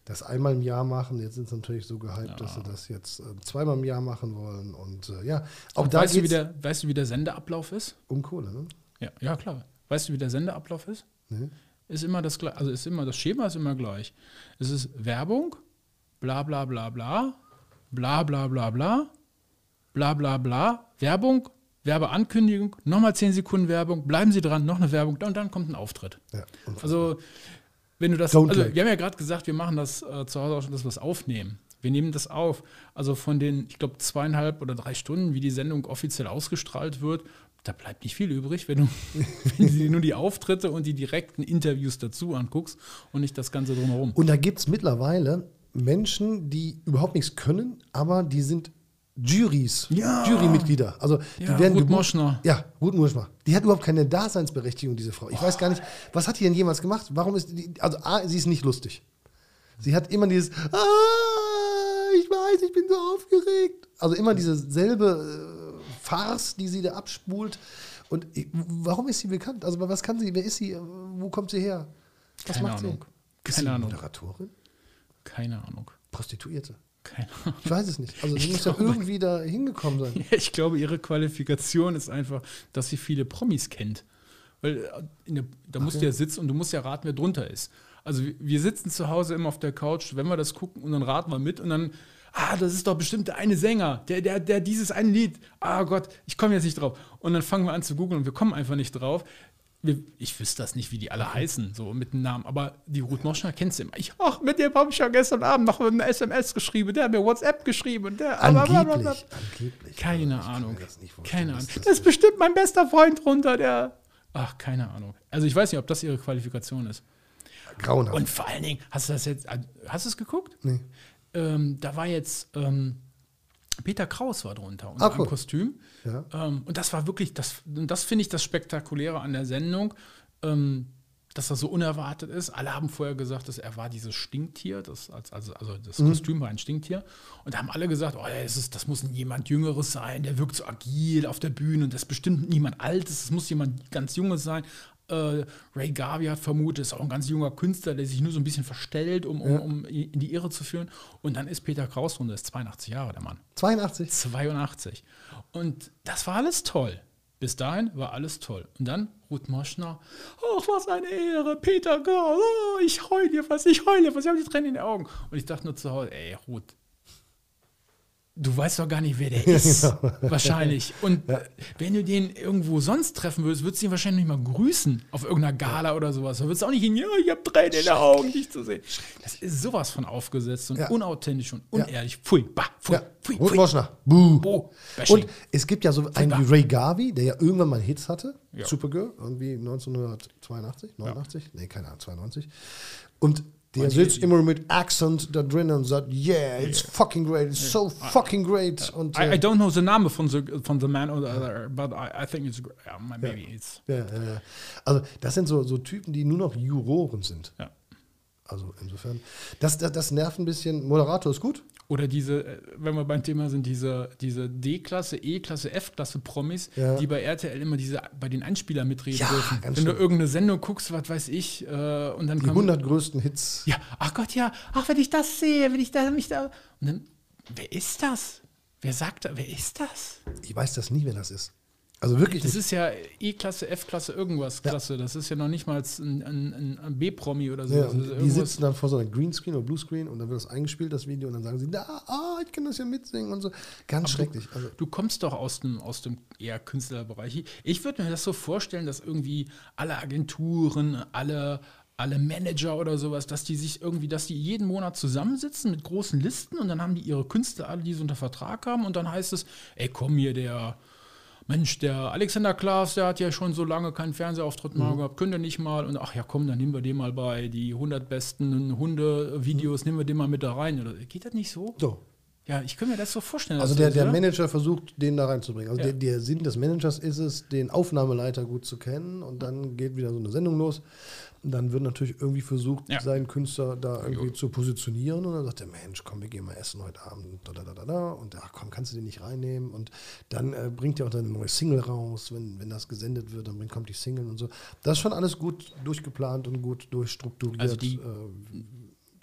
Speaker 1: das einmal im Jahr machen. Jetzt sind sie natürlich so gehypt, dass
Speaker 2: Ah.
Speaker 1: sie das jetzt äh, zweimal im Jahr machen wollen. Und äh, ja, auch
Speaker 2: Und
Speaker 1: da
Speaker 2: weißt, du, wie
Speaker 1: geht es
Speaker 2: der, weißt du, wie der Sendeablauf ist?
Speaker 1: um Kohle, ne?
Speaker 2: Ja, ja, klar. Weißt du, wie der Sendeablauf ist?
Speaker 1: Nee.
Speaker 2: Ist immer das gleiche, also ist immer, das Schema ist immer gleich. Es ist Werbung, bla bla bla bla, bla bla bla bla, bla bla bla, Werbung, Werbeankündigung, nochmal 10 Sekunden Werbung, bleiben Sie dran, noch eine Werbung und dann kommt ein Auftritt.
Speaker 1: Ja, und
Speaker 2: Also, wenn du das.
Speaker 1: Don't
Speaker 2: also,
Speaker 1: like.
Speaker 2: wir haben ja gerade gesagt, wir machen das äh, zu Hause auch schon, dass wir es aufnehmen. Wir nehmen das auf. Also von den, ich glaube, zweieinhalb oder drei Stunden, wie die Sendung offiziell ausgestrahlt wird, da bleibt nicht viel übrig, wenn du, wenn du dir nur die Auftritte und die direkten Interviews dazu anguckst und nicht das Ganze drumherum.
Speaker 1: Und da gibt es mittlerweile Menschen, die überhaupt nichts können, aber die sind Juries,
Speaker 2: Ja.
Speaker 1: Jurymitglieder. Also die
Speaker 2: Ja,
Speaker 1: werden
Speaker 2: Ruth
Speaker 1: gebucht-
Speaker 2: Moschner.
Speaker 1: Ja, Ruth Moschner. Die hat überhaupt keine Daseinsberechtigung, diese Frau. Ich weiß gar nicht, was hat die denn jemals gemacht? Warum ist die, also A, sie ist nicht lustig. Sie hat immer dieses, ah, ich weiß, ich bin so aufgeregt. Also immer diese selbe äh, Farce, die sie da abspult. Und ich, warum ist sie bekannt? Also was kann sie, wer ist sie, wo kommt sie her? Was
Speaker 2: Keine
Speaker 1: macht
Speaker 2: Ahnung.
Speaker 1: sie? Ist sie
Speaker 2: Keine Ahnung.
Speaker 1: Moderatorin?
Speaker 2: Keine Ahnung.
Speaker 1: Prostituierte.
Speaker 2: Keine Ahnung.
Speaker 1: Ich weiß es nicht. Also sie muss ja irgendwie da hingekommen sein.
Speaker 2: Ich glaube, ihre Qualifikation ist einfach, dass sie viele Promis kennt. Weil äh, in der, da musst du ja sitzen und du musst ja raten, wer drunter ist. Also wir- wir sitzen zu Hause immer auf der Couch, wenn wir das gucken und dann raten wir mit und dann, ah, das ist doch bestimmt der eine Sänger, der, der, der dieses eine Lied, ah Gott, ich komme jetzt nicht drauf. Und dann fangen wir an zu googeln und wir kommen einfach nicht drauf. Wir, ich wüsste das nicht, wie die alle heißen, so mit dem Namen, aber die Ruth Moschner kennst du immer. Ich, ach, mit dem habe ich ja gestern Abend noch eine SMS geschrieben, der hat mir WhatsApp geschrieben und der,
Speaker 1: Angeblich. angeblich.
Speaker 2: keine
Speaker 1: Aber ich kann
Speaker 2: Ahnung.
Speaker 1: mir das nicht vorstellen,
Speaker 2: Keine
Speaker 1: dass
Speaker 2: Ahnung.
Speaker 1: das
Speaker 2: Das ist bestimmt mein bester Freund drunter, der. Ach, keine Ahnung. Also ich weiß nicht, ob das ihre Qualifikation ist.
Speaker 1: Grauenhaft.
Speaker 2: Und vor allen Dingen, hast du das jetzt. äh, Hast du es geguckt?
Speaker 1: nee.
Speaker 2: Ähm, da war jetzt. Ähm, Peter Kraus war drunter und
Speaker 1: Ah,
Speaker 2: ah,
Speaker 1: cool.
Speaker 2: im Kostüm.
Speaker 1: Ja.
Speaker 2: Ähm, und das war wirklich, das, und das finde ich das Spektakuläre an der Sendung, ähm, dass das so unerwartet ist. Alle haben vorher gesagt, dass er war dieses Stinktier, das, als- also, also das Kostüm war ein Stinktier. Und da haben alle gesagt, oh, das, ist, das muss jemand Jüngeres sein, der wirkt so agil auf der Bühne und das ist bestimmt niemand Altes, es muss jemand ganz Junges sein. Äh, Ray Garvey hat vermutet, ist auch ein ganz junger Künstler, der sich nur so ein bisschen verstellt, um, um, um in die Irre zu führen. Und dann ist Peter Kraus und der ist 82 Jahre, der Mann.
Speaker 1: 82.
Speaker 2: 82. Und das war alles toll. Bis dahin war alles toll. Und dann Ruth Moschner. Ach, was eine Ehre, Peter Girl. Oh, ich heule was, ich heule was. Ich habe die Tränen in den Augen. Und ich dachte nur zu Hause, ey, Ruth, du weißt doch gar nicht, wer der ist. Wahrscheinlich. Und wenn du den irgendwo sonst treffen würdest, würdest du ihn wahrscheinlich nicht mal grüßen auf irgendeiner Gala oder sowas. Da würdest du auch nicht hin, ja, ich habe Tränen in den Augen, dich zu sehen. Das ist sowas von aufgesetzt und
Speaker 1: Ja.
Speaker 2: unauthentisch und unehrlich. Pfui, bah, pfui,
Speaker 1: Ja.
Speaker 2: pfui,
Speaker 1: Ruth
Speaker 2: pfui.
Speaker 1: Moschner. Buh.
Speaker 2: Bo, Bashing.
Speaker 1: Und es gibt ja so einen wie Ray Garvey, der ja irgendwann mal Hits hatte. Supergirl, irgendwie 1982, 89? Nee, keine Ahnung, 92. Und der sitzt immer mit Accent da drin und sagt, yeah, it's fucking great, it's so fucking great. Und,
Speaker 2: I, I
Speaker 1: äh,
Speaker 2: don't know the name von the, von the man or the other, but I, I think it's gr- yeah, my- maybe it's
Speaker 1: ja, ja, ja. Also das sind so, so Typen, die nur noch Juroren sind.
Speaker 2: ja.
Speaker 1: Also insofern, das, das, das nervt ein bisschen. Moderator ist gut.
Speaker 2: Oder diese, äh, wenn wir beim Thema sind, diese, diese D-Klasse, E-Klasse, F-Klasse Promis,
Speaker 1: Ja.
Speaker 2: die bei RTL immer diese bei den Einspielern mitreden
Speaker 1: Ja,
Speaker 2: dürfen. Wenn
Speaker 1: ganz
Speaker 2: du
Speaker 1: schlimm.
Speaker 2: irgendeine Sendung guckst, was weiß ich, äh, und dann
Speaker 1: Die 100 größten Hits.
Speaker 2: Ja, ach Gott, ja, ach, wenn ich das sehe, wenn ich da mich da. Und dann, wer ist das? Wer sagt da, wer ist das?
Speaker 1: Ich weiß das nie, wer das ist. Also wirklich
Speaker 2: Das
Speaker 1: nicht.
Speaker 2: ist ja E-Klasse, F-Klasse, irgendwas Klasse. Das ist ja noch nicht mal ein, ein, ein- ein B-Promi oder so.
Speaker 1: Ja,
Speaker 2: Das
Speaker 1: und
Speaker 2: ist
Speaker 1: die
Speaker 2: irgendwas-
Speaker 1: sitzen dann vor so einer Greenscreen oder Bluescreen und dann wird das eingespielt, das Video, und dann sagen sie, da, ah, ich kann das ja mitsingen und so. Ganz schrecklich. Also,
Speaker 2: Du kommst doch aus dem, aus dem eher Künstlerbereich. Ich würde mir das so vorstellen, dass irgendwie alle Agenturen, alle alle Manager oder sowas, dass die sich irgendwie, dass die jeden Monat zusammensitzen mit großen Listen und dann haben die ihre Künstler alle, die sie unter Vertrag haben und dann heißt es, ey, komm hier, der Mensch, der Alexander Klaas, der hat ja schon so lange keinen Fernsehauftritt
Speaker 1: Mhm.
Speaker 2: mehr gehabt, könnt ihr nicht mal und ach ja, komm, dann nehmen wir den mal bei die 100 besten Hunde-Videos, nehmen wir den mal mit da rein. Oder, geht das nicht so?
Speaker 1: So.
Speaker 2: Ja, ich könnte mir das so vorstellen.
Speaker 1: Also
Speaker 2: dass
Speaker 1: der,
Speaker 2: das,
Speaker 1: der
Speaker 2: oder?
Speaker 1: Manager versucht, den da reinzubringen. Also
Speaker 2: Ja.
Speaker 1: der, der Sinn des Managers ist es, den Aufnahmeleiter gut zu kennen und dann geht wieder so eine Sendung los. Und dann wird natürlich irgendwie versucht,
Speaker 2: Ja.
Speaker 1: seinen Künstler da irgendwie zu positionieren und dann sagt der Mensch, komm, wir gehen mal essen heute Abend. Da, da, da, da, da. Und ach komm, kannst du den nicht reinnehmen? Und dann äh, bringt er auch dann eine neue Single raus, wenn, wenn das gesendet wird, dann bringt- kommt die Single und so. Das ist schon alles gut durchgeplant und gut durchstrukturiert.
Speaker 2: Also die-
Speaker 1: äh,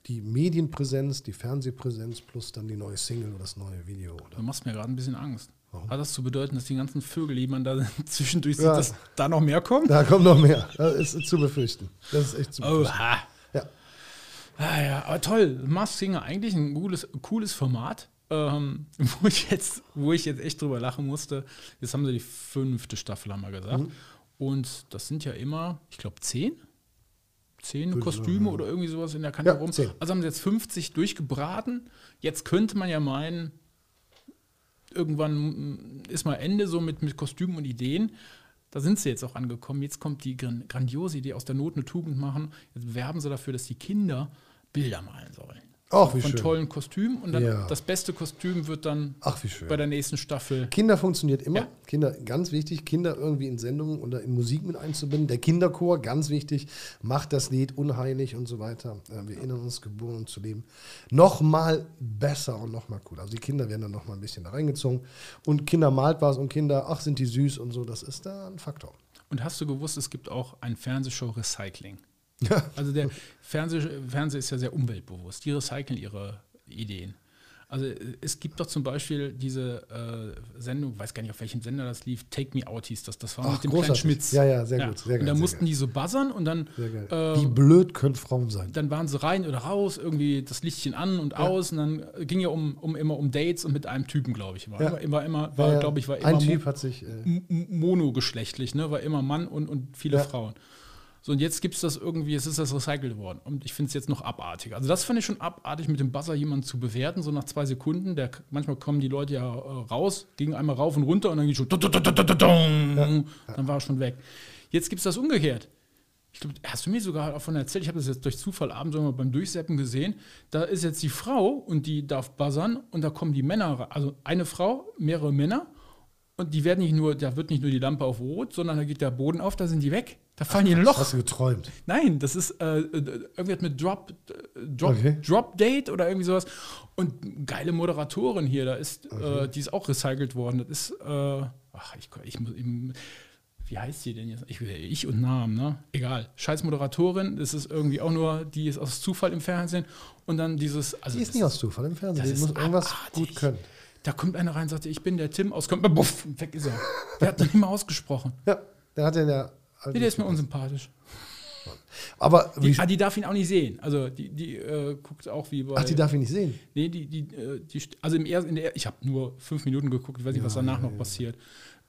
Speaker 1: die Medienpräsenz, die Fernsehpräsenz plus dann die neue Single oder das neue Video. Oder?
Speaker 2: Du machst mir gerade ein bisschen Angst.
Speaker 1: Warum?
Speaker 2: Hat das zu bedeuten, dass die ganzen Vögel, die man da zwischendurch
Speaker 1: Ja.
Speaker 2: sieht, dass da noch mehr kommen?
Speaker 1: Da kommt noch mehr. Das ist zu befürchten. Das ist echt zu befürchten.
Speaker 2: Oha.
Speaker 1: Ja.
Speaker 2: Ah ja, aber toll. Mars Singer, eigentlich ein cooles, cooles Format, ähm, wo, ich jetzt, wo ich jetzt echt drüber lachen musste. Jetzt haben sie die fünfte Staffel, haben wir gesagt.
Speaker 1: Mhm.
Speaker 2: Und das sind ja immer, ich glaube, zehn? Zehn Kostüme oder irgendwie sowas in der Kante
Speaker 1: Ja,
Speaker 2: rum.
Speaker 1: zehn.
Speaker 2: Also haben sie jetzt 50 durchgebraten. Jetzt könnte man ja meinen, irgendwann mm, ist mal Ende so mit, mit Kostümen und Ideen. Da sind sie jetzt auch angekommen. Jetzt kommt die gran- grandiose Idee aus der Not eine Tugend machen. Jetzt werben sie dafür, dass die Kinder Bilder malen sollen.
Speaker 1: Ach, wie
Speaker 2: Von
Speaker 1: schön.
Speaker 2: tollen Kostümen. Und dann
Speaker 1: Ja.
Speaker 2: das beste Kostüm wird dann
Speaker 1: Ach, wie schön.
Speaker 2: bei der nächsten Staffel.
Speaker 1: Kinder funktioniert immer.
Speaker 2: Ja.
Speaker 1: Kinder, ganz wichtig, Kinder irgendwie in Sendungen oder in Musik mit einzubinden. Der Kinderchor, ganz wichtig, macht das Lied unheilig und so weiter. Äh, Wir erinnern uns, geboren und zu leben. Nochmal besser und nochmal cooler. Also die Kinder werden dann nochmal ein bisschen da reingezogen. Und Kinder malt was und Kinder, ach, sind die süß und so. Das ist da ein Faktor.
Speaker 2: Und hast du gewusst, es gibt auch ein Fernsehshow Recycling? Also der Fernseh, Fernseh ist ja sehr umweltbewusst. Die recyceln ihre Ideen. Also äh, es gibt doch zum Beispiel diese äh, Sendung, weiß gar nicht, auf welchem Sender das lief, Take Me Out hieß das. Das war
Speaker 1: Ach,
Speaker 2: mit dem kleinen
Speaker 1: großartig.
Speaker 2: Schmitz.
Speaker 1: Ja, ja, sehr gut, sehr geil,
Speaker 2: und da
Speaker 1: sehr
Speaker 2: mussten
Speaker 1: geil.
Speaker 2: die so buzzern und dann,
Speaker 1: Sehr geil.
Speaker 2: äh,
Speaker 1: Wie blöd können Frauen sein?
Speaker 2: dann waren sie rein oder raus, irgendwie das Lichtchen an und aus. Und dann äh, ging ja um, um immer um Dates und mit einem Typen, glaube ich. War
Speaker 1: Ja.
Speaker 2: immer, immer, immer war,
Speaker 1: Ja, ja.
Speaker 2: glaube ich, war immer
Speaker 1: Äh, ein
Speaker 2: Mo-
Speaker 1: Typ hat sich. Äh,
Speaker 2: m- m- monogeschlechtlich, ne? war immer Mann und, und viele
Speaker 1: Ja.
Speaker 2: Frauen. So, und jetzt gibt es das irgendwie, es ist das recycelt worden. Und ich finde es jetzt noch abartig. Also, das fand ich schon abartig, mit dem Buzzer jemanden zu bewerten, so nach zwei Sekunden. Der, manchmal kommen die Leute ja äh, raus, gingen einmal rauf und runter und dann geht schon. du- du- du- du- du- du- dong. Dann war er schon weg. Jetzt gibt es das umgekehrt. Ich glaube, hast du mir sogar davon erzählt, ich habe das jetzt durch Zufall abends immer beim Durchseppen gesehen. Da ist jetzt die Frau und die darf buzzern und da kommen die Männer, ra- also eine Frau, mehrere Männer und die werden nicht nur, da wird nicht nur die Lampe auf rot, sondern da geht der Boden auf, da sind die weg. Da fallen die in ein Loch.
Speaker 1: hast du geträumt?
Speaker 2: Nein, das ist äh, äh, irgendwas mit Drop, äh, Drop,
Speaker 1: Okay.
Speaker 2: Drop Date oder irgendwie sowas. Und geile Moderatorin hier, da ist, äh, die ist auch recycelt worden. Das ist, äh, ach, ich, ich muss eben. Wie heißt die denn jetzt? Ich, ich und Namen, ne? Egal. Scheiß Moderatorin, das ist irgendwie auch nur, die ist aus Zufall im Fernsehen. Und dann dieses. Also
Speaker 1: Die ist
Speaker 2: das
Speaker 1: nicht aus Zufall im Fernsehen.
Speaker 2: das
Speaker 1: Die
Speaker 2: ist
Speaker 1: muss irgendwas
Speaker 2: abartig.
Speaker 1: gut können.
Speaker 2: Da kommt einer rein und sagt, ich bin der Tim aus Köln. Buff, weg ist er. Der hat noch nicht mal ausgesprochen.
Speaker 1: Ja, der hat ja der.
Speaker 2: Nee, der ist mir unsympathisch.
Speaker 1: Aber wie,
Speaker 2: Die, ah, die darf ihn auch nicht sehen. Also die, die äh, guckt auch wie bei.
Speaker 1: ach, die darf ich nicht sehen.
Speaker 2: nee, die, die, äh, die st- also im ersten, in der, ich habe nur fünf Minuten geguckt, ich weiß nicht, was danach noch passiert.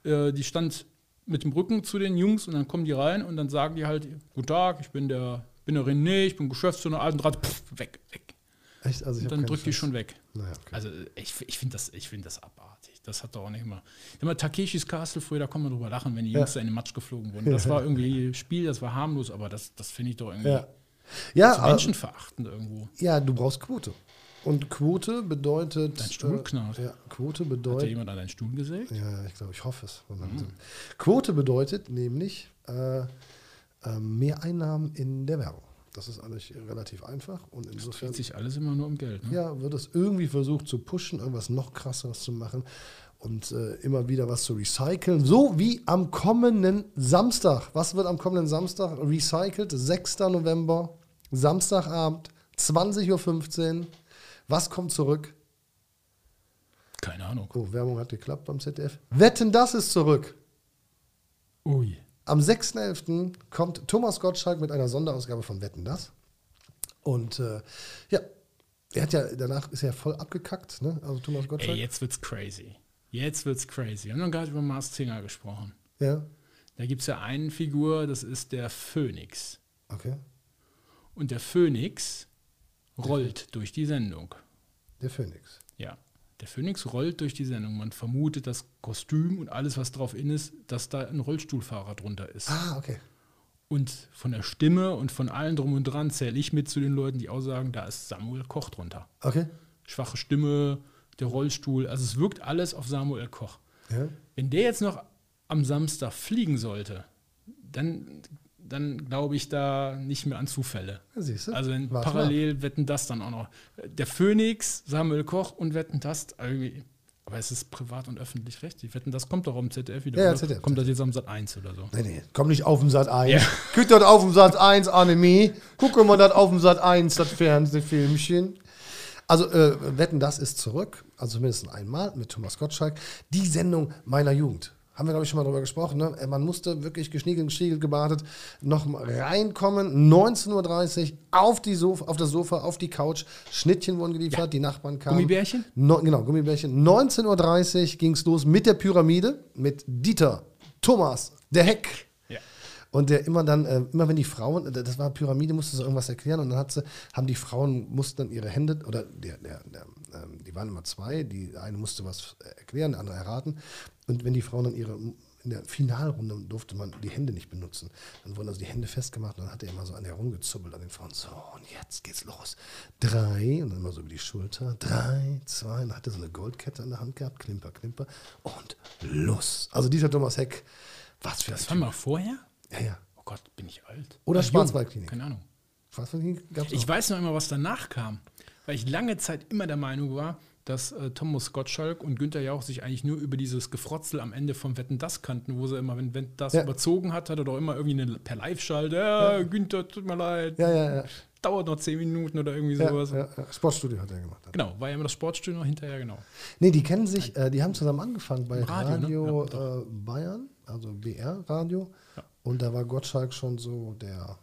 Speaker 2: Äh, die stand mit dem Rücken zu den Jungs und dann kommen die rein und dann sagen die halt, guten Tag, ich bin der, bin der René, ich bin Geschäftsführer, Altenrat, pff, weg, weg.
Speaker 1: Echt? Also ich hab
Speaker 2: Dann
Speaker 1: keine
Speaker 2: drückt die
Speaker 1: Chance.
Speaker 2: schon weg.
Speaker 1: Naja, okay.
Speaker 2: Also ich, ich finde das, ich find das abartig. Das hat doch auch nicht mal. Immer Takeshis Castle früher, da kann man drüber lachen, wenn die Jungs da in den Matsch geflogen wurden. Das war irgendwie Spiel, das war harmlos, aber das, das finde ich doch irgendwie
Speaker 1: ja. Ja,
Speaker 2: so
Speaker 1: aber-
Speaker 2: menschenverachtend irgendwo.
Speaker 1: ja, du brauchst Quote. Und Quote bedeutet.
Speaker 2: Dein Stuhl knarrt.
Speaker 1: Äh, ja, Quote
Speaker 2: Hat ja
Speaker 1: bedeutet.
Speaker 2: jemand Mhm. an deinen Stuhl gesägt?
Speaker 1: Ja, ich glaube, ich hoffe es. Wahnsinn. Quote bedeutet nämlich äh, äh, mehr Einnahmen in der Werbung. Das ist eigentlich relativ einfach und insofern
Speaker 2: Dreht sich alles immer nur um Geld. Ne?
Speaker 1: ja, wird es irgendwie versucht zu pushen, irgendwas noch krasseres zu machen und äh, immer wieder was zu recyceln. So wie am kommenden Samstag. Was wird am kommenden Samstag recycelt? 6. November, Samstagabend, 20.15 Uhr. Was kommt zurück?
Speaker 2: Keine Ahnung.
Speaker 1: Oh, Werbung hat geklappt beim ZDF. Wetten, das ist zurück.
Speaker 2: Ui.
Speaker 1: Am 6.11. kommt Thomas Gottschalk mit einer Sonderausgabe von Wetten das. Und äh, ja, er hat ja danach ist er voll abgekackt, ne? Also Thomas Gottschalk.
Speaker 2: Ey, jetzt wird's crazy. Jetzt wird's crazy. Wir haben noch gar nicht über Mars Singer gesprochen.
Speaker 1: Ja,
Speaker 2: Da gibt es ja eine Figur, das ist der Phönix.
Speaker 1: okay.
Speaker 2: und der Phönix rollt durch die Sendung.
Speaker 1: Der Phoenix.
Speaker 2: Ja. Der Phönix rollt durch die Sendung. Man vermutet das Kostüm und alles, was drauf in ist, dass da ein Rollstuhlfahrer drunter ist.
Speaker 1: Ah, okay.
Speaker 2: Und von der Stimme und von allen drum und dran zähle ich mit zu den Leuten, die aussagen, da ist Samuel Koch drunter.
Speaker 1: Okay.
Speaker 2: Schwache Stimme, der Rollstuhl, also es wirkt alles auf Samuel Koch.
Speaker 1: Ja.
Speaker 2: Wenn der jetzt noch am Samstag fliegen sollte, dann, dann glaube ich da nicht mehr an Zufälle.
Speaker 1: Ja, siehst du?
Speaker 2: Also
Speaker 1: Warte
Speaker 2: in
Speaker 1: mal
Speaker 2: parallel wetten das dann auch noch. Der Phoenix, Samuel Koch und wetten das irgendwie. Aber es ist privat und öffentlich rechtlich. Wetten das kommt doch am ZDF wieder.
Speaker 1: Ja, ja,
Speaker 2: oder?
Speaker 1: ZDF.
Speaker 2: Kommt das jetzt am Sat 1 oder so?
Speaker 1: Nee, nee, komm nicht auf den Sat 1.
Speaker 2: Ja.
Speaker 1: Guck das auf dem Sat 1, Annemie. Gucken wir das auf dem Sat 1, das Fernsehfilmchen. Also, äh, Wetten, das ist zurück. Also zumindest einmal mit Thomas Gottschalk. Die Sendung meiner Jugend. Haben wir, glaube ich, schon mal drüber gesprochen. Ne? Äh, Man musste wirklich geschniegelt, geschniegelt, gebadet noch mal reinkommen. 19.30 Uhr auf, die Sof auf das Sofa, auf die Couch. Schnittchen wurden geliefert, die Nachbarn kamen.
Speaker 2: Gummibärchen?
Speaker 1: No, genau, Gummibärchen. 19.30 Uhr ging es los mit der Pyramide, mit Dieter, Thomas, der Heck.
Speaker 2: Ja.
Speaker 1: Und der immer dann, äh, immer wenn die Frauen, das war Pyramide, musste so irgendwas erklären und dann hat sie, haben die Frauen, mussten dann ihre Hände, oder der, der, der, ähm, die waren immer zwei, die eine musste was äh, erklären, der andere erraten. Und wenn die Frauen dann ihre, in der Finalrunde durfte man die Hände nicht benutzen. Dann wurden also die Hände festgemacht und dann hat er immer so an der rumgezubbelt an den Frauen. So, und jetzt geht's los. Drei, und dann immer so über die Schulter. Drei, zwei, und dann hatte so eine Goldkette an der Hand gehabt, Klimper, Klimper. Und los. Also dieser Thomas Heck, was für ein
Speaker 2: Das war mal vorher?
Speaker 1: Typ. Ja, ja.
Speaker 2: Oh Gott, bin ich alt.
Speaker 1: Oder
Speaker 2: Äh,
Speaker 1: Schwarzwaldklinik.
Speaker 2: jung, Keine Ahnung.
Speaker 1: Was von denen gab's
Speaker 2: Ich weiß noch immer, was danach kam, weil ich lange Zeit immer der Meinung war, dass äh, Thomas Gottschalk und Günther Jauch sich eigentlich nur über dieses Gefrotzel am Ende vom Wetten das kannten, wo sie immer, wenn Wetten das
Speaker 1: Ja.
Speaker 2: überzogen hat, hat er doch immer irgendwie eine, per Live-Schalte, ja, Günther, tut mir leid,
Speaker 1: Ja, ja, ja.
Speaker 2: dauert noch zehn Minuten oder irgendwie
Speaker 1: ja,
Speaker 2: sowas.
Speaker 1: ja, ja. Sportstudio hat er gemacht.
Speaker 2: Genau, war ja immer das Sportstudio hinterher, genau.
Speaker 1: Nee, die kennen sich, äh, die haben zusammen angefangen bei
Speaker 2: Im Radio,
Speaker 1: Radio,
Speaker 2: ne? Ja,
Speaker 1: äh, Bayern, also BR Radio. Und da war Gottschalk schon so der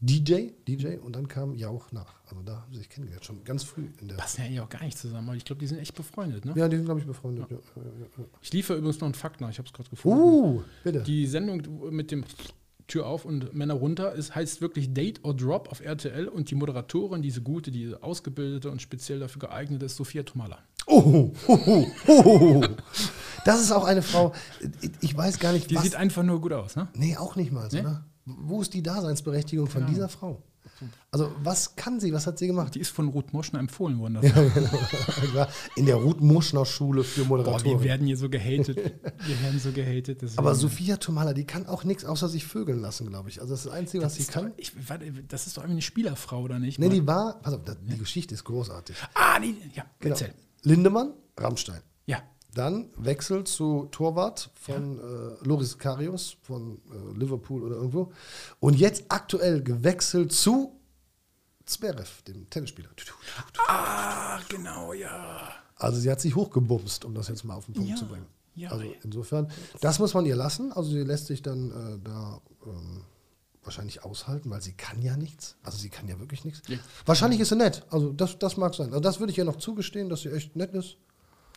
Speaker 1: DJ, DJ und dann kam Jauch nach. Also da haben sie sich kennengelernt, schon ganz früh in der.
Speaker 2: Passen ja eigentlich auch gar nicht zusammen, aber ich glaube, die sind echt befreundet. Ne?
Speaker 1: Ja, die sind, glaube ich, befreundet. Ja. Ja, ja, ja.
Speaker 2: Ich liefere übrigens noch einen Fakt nach, ich habe es gerade gefunden.
Speaker 1: Uh, bitte.
Speaker 2: Die Sendung mit dem Tür auf und Männer runter ist, heißt wirklich Date or Drop auf RTL und die Moderatorin, diese gute, diese ausgebildete und speziell dafür geeignete ist Sophia Tomala.
Speaker 1: oh, oh, oh, oh. Das ist auch eine Frau, ich- ich weiß gar nicht,
Speaker 2: Die sieht einfach nur gut aus, ne?
Speaker 1: Nee, auch nicht mal, so, ne? Wo ist die Daseinsberechtigung von dieser Frau? Also, was kann sie? Was hat sie gemacht?
Speaker 2: Die ist von Ruth Moschner empfohlen worden. Dafür.
Speaker 1: In der Ruth-Moschner-Schule für
Speaker 2: Boah, wir
Speaker 1: Moderatoren.
Speaker 2: werden hier so gehatet. wir werden so gehatet. deswegen-
Speaker 1: Aber Sophia Tomala, die kann auch nichts außer sich vögeln lassen, glaube ich. Also, das ist das Einzige, was sie
Speaker 2: ist doch,
Speaker 1: kann.
Speaker 2: ich, warte, das ist doch eine Spielerfrau, oder nicht?
Speaker 1: Nee, die war, pass auf, das- die Geschichte ist großartig. Genau.
Speaker 2: ah, nee, ja, erzähl.
Speaker 1: Lindemann, Rammstein.
Speaker 2: Ja,
Speaker 1: Dann Wechsel zu Torwart von äh, Loris Karius von äh, Liverpool oder irgendwo. Und jetzt aktuell gewechselt zu Zverev, dem Tennisspieler.
Speaker 2: ah, genau, ja.
Speaker 1: Also sie hat sich hochgebumst, um das jetzt mal auf den Punkt
Speaker 2: Ja,
Speaker 1: zu bringen.
Speaker 2: ja,
Speaker 1: also
Speaker 2: ja.
Speaker 1: insofern, das muss man ihr lassen. Also sie lässt sich dann äh, da ähm, wahrscheinlich aushalten, weil sie kann ja nichts. Also sie kann ja wirklich nichts. Wahrscheinlich ist sie nett. Also das, das mag sein. Also das würde ich ihr noch zugestehen, dass sie echt nett ist.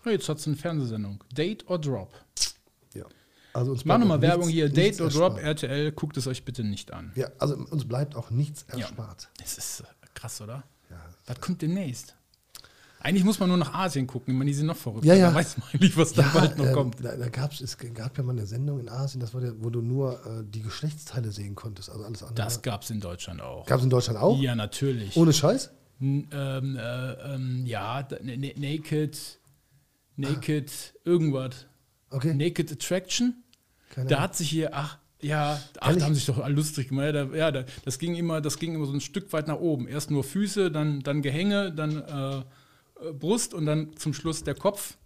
Speaker 2: Oh, Jetzt hat sie eine Fernsehsendung. Date or Drop.
Speaker 1: Ja. Also uns
Speaker 2: Mach
Speaker 1: bleibt
Speaker 2: nochmal
Speaker 1: auch
Speaker 2: Werbung
Speaker 1: nichts-
Speaker 2: hier.
Speaker 1: nichts
Speaker 2: Date or Drop,
Speaker 1: erspart.
Speaker 2: RTL, guckt es euch bitte nicht an.
Speaker 1: Ja, also uns bleibt auch nichts
Speaker 2: Ja.
Speaker 1: erspart.
Speaker 2: Das ist äh, krass, oder?
Speaker 1: Ja.
Speaker 2: Was kommt demnächst? Eigentlich muss man nur nach Asien gucken, ich meine, die sind noch verrückt.
Speaker 1: Ja, ja.
Speaker 2: Da weiß man eigentlich, was da bald noch
Speaker 1: ähm,
Speaker 2: kommt.
Speaker 1: Da, da gab's, es gab ja mal eine Sendung in Asien, das war der, wo du nur äh, die Geschlechtsteile sehen konntest. Also alles andere.
Speaker 2: Das gab es in Deutschland auch.
Speaker 1: Gab es in Deutschland auch?
Speaker 2: Ja, natürlich.
Speaker 1: Ohne Scheiß?
Speaker 2: N- ähm, äh, ähm, ja, da- ne- ne- Naked, Naked, irgendwas.
Speaker 1: Okay.
Speaker 2: Naked Attraction.
Speaker 1: Keine
Speaker 2: Da hat sich hier, ach, ja, ach,
Speaker 1: Ehrlich?
Speaker 2: da haben sich doch alle lustig gemacht. Ja, da, ja da, das, ging immer, das ging immer so ein Stück weit nach oben. Erst nur Füße, dann, dann Gehänge, dann äh, äh, Brust und dann zum Schluss der Kopf.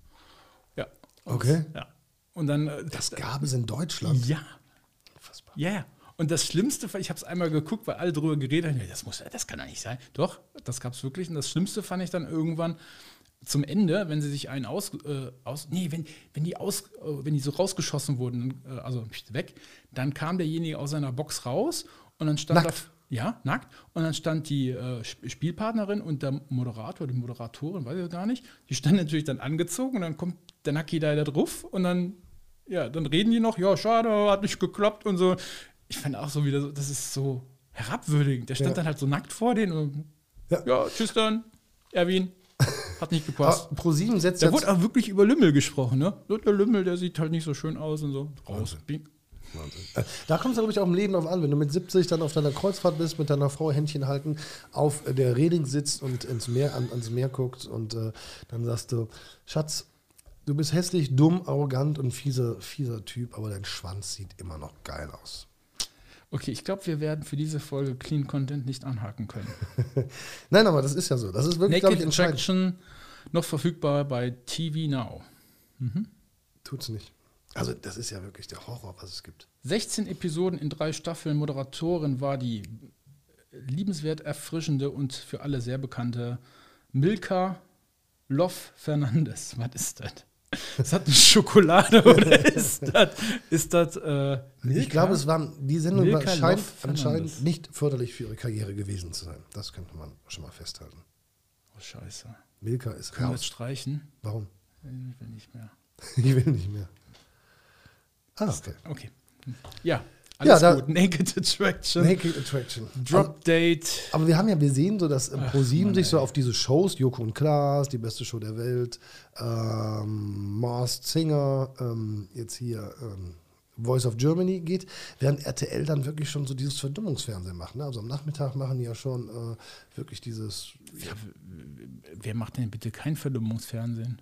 Speaker 2: Ja. Und-
Speaker 1: Okay.
Speaker 2: Ja. Und dann. Äh,
Speaker 1: Das gab es in Deutschland.
Speaker 2: ja, ja. ja. Und das Schlimmste, war, ich habe es einmal geguckt, weil alle drüber geredet haben, ja, das, muss, das kann doch nicht sein. Doch, das gab es wirklich. Und das Schlimmste fand ich dann irgendwann zum Ende, wenn sie sich einen aus... Äh, aus nee, wenn, wenn, die aus, äh, wenn die so rausgeschossen wurden, äh, also weg, dann kam derjenige aus seiner Box raus und dann stand...
Speaker 1: Nackt.
Speaker 2: Da, ja, nackt. Und dann stand die äh, Sp- Spielpartnerin und der Moderator, die Moderatorin, weiß ich gar nicht, die stand natürlich dann angezogen und dann kommt der Nacki da da drauf und dann, ja, dann reden die noch, ja, schade, hat nicht geklappt und so. Ich fand auch so wieder so, das ist so herabwürdigend. Der stand
Speaker 1: Ja.
Speaker 2: dann halt so nackt vor denen und
Speaker 1: Ja.
Speaker 2: ja, tschüss dann, Erwin. Hat nicht gepasst.
Speaker 1: Pro7 Ah, setzt
Speaker 2: Da
Speaker 1: jetzt.
Speaker 2: Ah, wurde auch wirklich über Lümmel gesprochen, ne? So, Der Lümmel, der sieht halt nicht so schön aus und so. Raus. Bing.
Speaker 1: Da kommt es, glaube ich, auch im Leben drauf an. Wenn du mit 70 dann auf deiner Kreuzfahrt bist, mit deiner Frau Händchen halten, auf der Reding sitzt und ins Meer, an, ans Meer guckst und äh, dann sagst du, Schatz, du bist hässlich, dumm, arrogant und fieser, fieser Typ, aber dein Schwanz sieht immer noch geil aus.
Speaker 2: Okay, ich glaube, wir werden für diese Folge Clean Content nicht anhaken können.
Speaker 1: Nein, aber das ist ja so. Das ist wirklich, glaube
Speaker 2: Naked
Speaker 1: ich, entscheidend.
Speaker 2: Attraction noch verfügbar bei TV Now.
Speaker 1: Tut's nicht. Also, das ist ja wirklich der Horror, was es gibt.
Speaker 2: 16 Episoden in drei Staffeln. Moderatorin war die liebenswert erfrischende und für alle sehr bekannte Milka Loff Fernandes. Was ist das? Ist das eine Schokolade oder ist das? Ist das äh,
Speaker 1: Ich glaube, es waren, die Sendung
Speaker 2: Milka
Speaker 1: war- scheint
Speaker 2: Love
Speaker 1: anscheinend
Speaker 2: Fernandes.
Speaker 1: nicht förderlich für ihre Karriere gewesen zu sein. Das könnte man schon mal festhalten.
Speaker 2: Oh, Scheiße. Können
Speaker 1: Milka ist
Speaker 2: wir das
Speaker 1: raus.
Speaker 2: streichen?
Speaker 1: Warum?
Speaker 2: Ich will nicht mehr.
Speaker 1: Ich will nicht mehr. Ah, okay.
Speaker 2: Okay. Hm. Ja, alles
Speaker 1: da-
Speaker 2: gut. Naked Attraction.
Speaker 1: Naked Attraction. Aber,
Speaker 2: Drop Date.
Speaker 1: aber wir haben ja, wir sehen so, dass äh,
Speaker 2: Ach,
Speaker 1: ProSieben
Speaker 2: Mann,
Speaker 1: sich so
Speaker 2: ey.
Speaker 1: auf diese Shows, Joko und Klaas, die beste Show der Welt, ähm, Masked Singer, ähm, jetzt hier ähm, Voice of Germany geht, während RTL dann wirklich schon so dieses Verdummungsfernsehen macht. Ne? Also am Nachmittag machen die ja schon äh, wirklich dieses
Speaker 2: Ja, w- w- wer macht denn bitte kein Verdummungsfernsehen?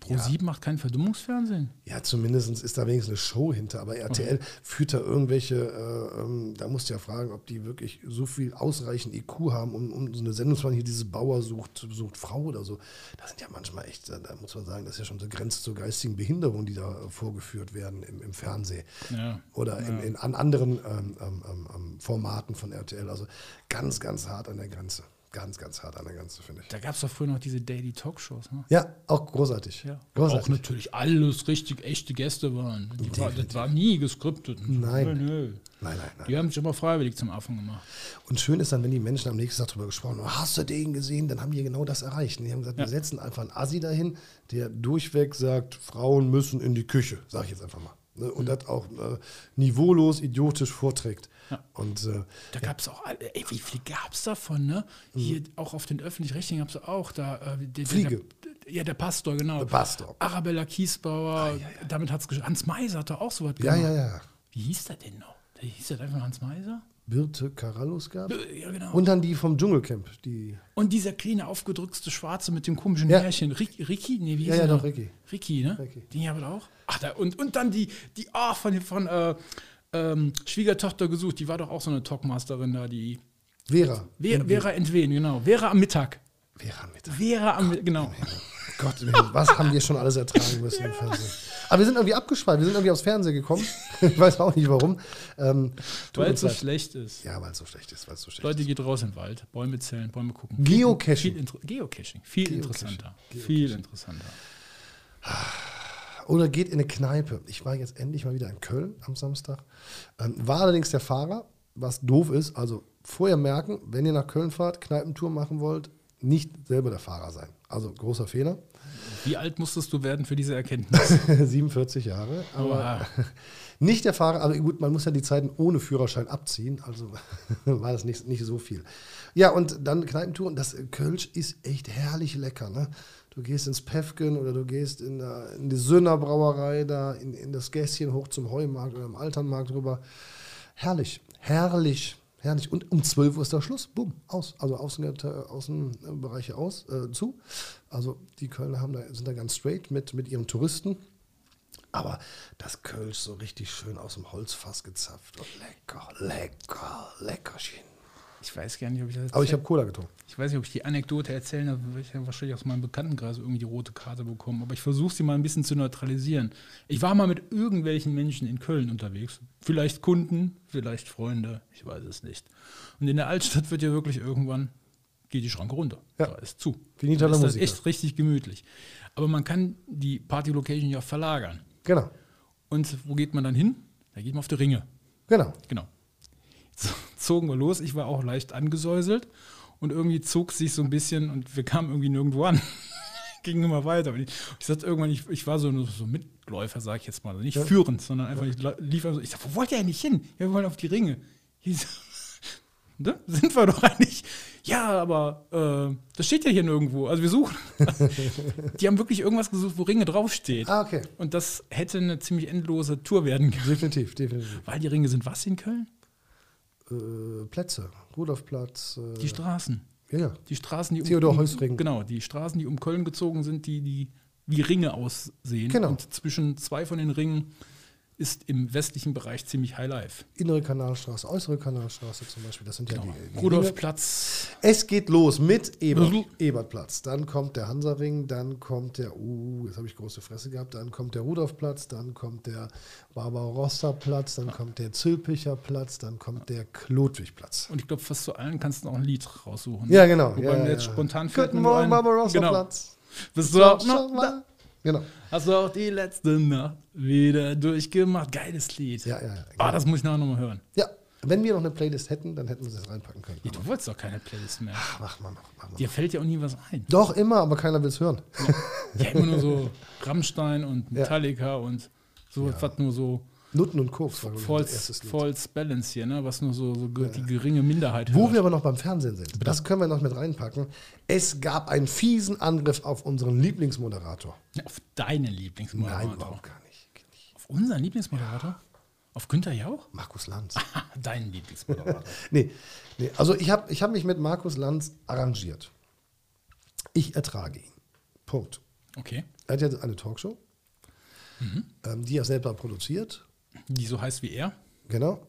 Speaker 2: Pro7 macht kein Verdummungsfernsehen.
Speaker 1: Ja, zumindest ist da wenigstens eine Show hinter. Aber RTL führt da irgendwelche, äh, ähm, da musst du ja fragen, ob die wirklich so viel ausreichend IQ haben, um, um so eine Sendung zu machen, hier diese Bauer sucht, sucht Frau oder so. Das sind ja manchmal echt, da, da muss man sagen, das ist ja schon so Grenze zur geistigen Behinderung, die da äh, vorgeführt werden im, im Fernsehen
Speaker 2: Ja.
Speaker 1: oder in, in, an anderen ähm, ähm, ähm, ähm, Formaten von RTL. Also ganz, ganz hart an der Grenze. Ganz, ganz hart an der Grenze, finde ich.
Speaker 2: Da gab es doch früher noch diese Daily Talkshows. Ne?
Speaker 1: Ja, auch großartig.
Speaker 2: Auch
Speaker 1: großartig.
Speaker 2: natürlich alles richtig echte Gäste waren. Die war, das
Speaker 1: Definitiv.
Speaker 2: war nie geskriptet.
Speaker 1: Nein.
Speaker 2: Nö.
Speaker 1: nein, nein, nein.
Speaker 2: Die haben sich immer freiwillig zum Affen gemacht.
Speaker 1: Und schön ist dann, wenn die Menschen am nächsten Tag darüber gesprochen haben, hast du den gesehen? Dann haben die genau das erreicht. Und die haben gesagt, wir setzen einfach einen Assi dahin, der durchweg sagt, Frauen müssen in die Küche, sage ich jetzt einfach mal. Ne? Und
Speaker 2: Mhm.
Speaker 1: das auch äh, niveaulos, idiotisch vorträgt. Und äh,
Speaker 2: Da gab es auch, alle- ey, wie viel gab es davon, ne? Hier auch auf den Öffentlich-Rechtlichen gab es auch da. Äh, der- der,
Speaker 1: Fliege.
Speaker 2: Der, ja, der Pastor, genau.
Speaker 1: Der Pastor.
Speaker 2: Arabella Kiesbauer, damit hat es Hans Meiser hat da auch sowas
Speaker 1: Ah, ja, ja, ja.
Speaker 2: Wie hieß der denn noch? Der hieß der einfach Hans Meiser?
Speaker 1: Birte Karallus gab
Speaker 2: Ja, genau. Und,
Speaker 1: Und dann die vom Dschungelcamp, die
Speaker 2: dieser kleine aufgedrückte Schwarze mit dem komischen
Speaker 1: Ja.
Speaker 2: Härchen. Rick, Ricky? Nee, wie
Speaker 1: Ja,
Speaker 2: hieß der
Speaker 1: ja,
Speaker 2: noch?
Speaker 1: doch, Ricky.
Speaker 2: Ricky, ne?
Speaker 1: Ricky.
Speaker 2: Den haben wir auch. Ach, da, und, und dann die, die ah, von, von äh, ähm, Schwiegertochter gesucht. Die war doch auch so eine Talkmasterin da, die.
Speaker 1: Vera.
Speaker 2: Vera, Vera Entwen, genau. Vera am Mittag.
Speaker 1: Vera mit.
Speaker 2: Vera am Mittag, genau.
Speaker 1: Gott, im Himmel, was haben wir schon alles ertragen müssen im Fernsehen? Aber wir sind irgendwie abgeschweift, wir sind irgendwie aufs Fernsehen gekommen. ich weiß auch nicht warum. Ähm, tut
Speaker 2: Weil
Speaker 1: uns
Speaker 2: es so
Speaker 1: leid.
Speaker 2: schlecht ist.
Speaker 1: ja, weil es so schlecht ist, weil es so schlecht
Speaker 2: Leute, geht raus in den Wald, Bäume zählen, Bäume gucken.
Speaker 1: Geocaching.
Speaker 2: Viel, inter- Geocaching. Viel interessanter. Viel interessanter.
Speaker 1: Oder geht in eine Kneipe. Ich war jetzt endlich mal wieder in Köln am Samstag. Ähm, war allerdings der Fahrer, was doof ist. Also vorher merken, wenn ihr nach Köln fahrt, Kneipentour machen wollt, nicht selber der Fahrer sein. Also großer Fehler.
Speaker 2: Wie alt musstest du werden für diese Erkenntnis?
Speaker 1: 47 Jahre. Aber
Speaker 2: Oha.
Speaker 1: nicht der Fahrer. Aber gut, man muss ja die Zeiten ohne Führerschein abziehen. Also war das nicht, nicht so viel. Ja, und dann Kneipentour. Und das Kölsch ist echt herrlich lecker. Ne? Du gehst ins Pefken oder du gehst in, der, in die Sünner Brauerei da, in, in das Gässchen hoch zum Heumarkt oder im Alternmarkt rüber. Herrlich, herrlich, herrlich. Und um 12 Uhr ist der Schluss. Bumm, aus. Also Außengete- Außenbereiche aus, äh, zu. Also die Kölner haben da, sind da ganz straight mit, mit ihren Touristen. Aber das Kölsch so richtig schön aus dem Holzfass gezapft. Und lecker, lecker, leckerchen.
Speaker 2: Ich weiß gar nicht, ob ich das
Speaker 1: Aber ich habe Cola getrunken.
Speaker 2: Ich weiß nicht, ob ich die Anekdote erzählen darf, weil ich ja wahrscheinlich aus meinem Bekanntenkreis irgendwie die rote Karte bekommen. Aber ich versuche sie mal ein bisschen zu neutralisieren. Ich war mal mit irgendwelchen Menschen in Köln unterwegs. Vielleicht Kunden, vielleicht Freunde, ich weiß es nicht. Und in der Altstadt wird ja wirklich irgendwann, geht die Schranke runter.
Speaker 1: Ja.
Speaker 2: Da ist zu.
Speaker 1: Finita
Speaker 2: Da
Speaker 1: la
Speaker 2: ist das
Speaker 1: musica.
Speaker 2: echt richtig gemütlich. Aber man kann die Party-Location ja verlagern.
Speaker 1: Genau,
Speaker 2: Und wo geht man dann hin? Da geht man auf die Ringe.
Speaker 1: genau.
Speaker 2: Genau. So, zogen wir los. Ich war auch leicht angesäuselt und irgendwie zog sich so ein bisschen und wir kamen irgendwie nirgendwo an. Ging immer weiter. Und ich, ich sagte irgendwann, ich, ich war so, so Mitläufer, sage ich jetzt mal. Nicht führend, sondern einfach, ich la- lief einfach so. Ich sagte, wo wollt ihr eigentlich hin? Ja, wir wollen auf die Ringe. Hier ist- ne? sind wir doch eigentlich. Ja, aber äh, das steht ja hier nirgendwo. Also wir suchen. die haben wirklich irgendwas gesucht, wo Ringe draufsteht.
Speaker 1: Ah, okay.
Speaker 2: Und das hätte eine ziemlich endlose Tour werden können.
Speaker 1: Definitiv, definitiv.
Speaker 2: Weil die Ringe sind was in Köln?
Speaker 1: Äh, Plätze. Rudolfplatz. Äh,
Speaker 2: Die Straßen.
Speaker 1: ja, ja.
Speaker 2: Die Straßen, die
Speaker 1: Theodor
Speaker 2: um,
Speaker 1: Heuss-Ring.
Speaker 2: Genau, die Straßen, die um Köln gezogen sind, die, die wie Ringe aussehen.
Speaker 1: Genau.
Speaker 2: Und zwischen zwei von den Ringen ist im westlichen Bereich ziemlich High Life.
Speaker 1: Innere Kanalstraße, äußere Kanalstraße zum Beispiel. Das sind
Speaker 2: Genau.
Speaker 1: ja die, die Ringe.
Speaker 2: Rudolfplatz.
Speaker 1: Es geht los mit Ebert,
Speaker 2: Mhm.
Speaker 1: Ebertplatz. Dann kommt der Hansaring, dann kommt der, uh, jetzt habe ich große Fresse gehabt, dann kommt der Rudolfplatz, dann kommt der Barbarossa-Platz, dann kommt der Zülpicher Platz, dann kommt der Klodwigplatz.
Speaker 2: Und ich glaube, fast zu allen kannst du auch ein Lied raussuchen.
Speaker 1: Ja, genau.
Speaker 2: Hm. Wobei
Speaker 1: ja,
Speaker 2: mir
Speaker 1: ja,
Speaker 2: jetzt
Speaker 1: ja.
Speaker 2: spontan fällt mir
Speaker 1: Guten
Speaker 2: nur
Speaker 1: Morgen,
Speaker 2: ein-
Speaker 1: Barbarossa-Platz.
Speaker 2: Genau. Bist du auch,
Speaker 1: Schau
Speaker 2: noch,
Speaker 1: mal. Genau.
Speaker 2: hast du auch die letzte Nacht wieder durchgemacht. Geiles Lied.
Speaker 1: Ja, ja, ja.
Speaker 2: Ah, das muss ich nachher nochmal hören.
Speaker 1: Ja, wenn wir noch eine Playlist hätten, dann hätten wir das reinpacken können.
Speaker 2: Ja, du wolltest doch keine Playlist mehr.
Speaker 1: Ach, mach mal, mach mal. Mach mal.
Speaker 2: Dir fällt ja auch nie was ein.
Speaker 1: Doch, immer, aber keiner will es hören.
Speaker 2: Ja, immer nur so Rammstein und Metallica und so was nur so
Speaker 1: Nutten und Koks war glaub ich, unser
Speaker 2: false,
Speaker 1: erstes Lied.
Speaker 2: false Balance hier, ne? was nur so, so ge- die geringe Minderheit
Speaker 1: Wo
Speaker 2: hört.
Speaker 1: wir aber noch beim Fernsehen sind, das können wir noch mit reinpacken. Es gab einen fiesen Angriff auf unseren Lieblingsmoderator.
Speaker 2: Auf deinen
Speaker 1: Nein,
Speaker 2: Lieblingsmoderator.
Speaker 1: überhaupt gar nicht.
Speaker 2: Auf unseren Lieblingsmoderator? Auf Günther Jauch?
Speaker 1: Markus Lanz.
Speaker 2: Ha, Deinen Lieblingsmoderator.
Speaker 1: Nee, nee, also ich habe ich hab mich mit Markus Lanz arrangiert. Ich ertrage ihn. Punkt.
Speaker 2: Okay.
Speaker 1: Er hat jetzt eine Talkshow, ähm, die er selber produziert.
Speaker 2: Die so heißt wie er.
Speaker 1: Genau.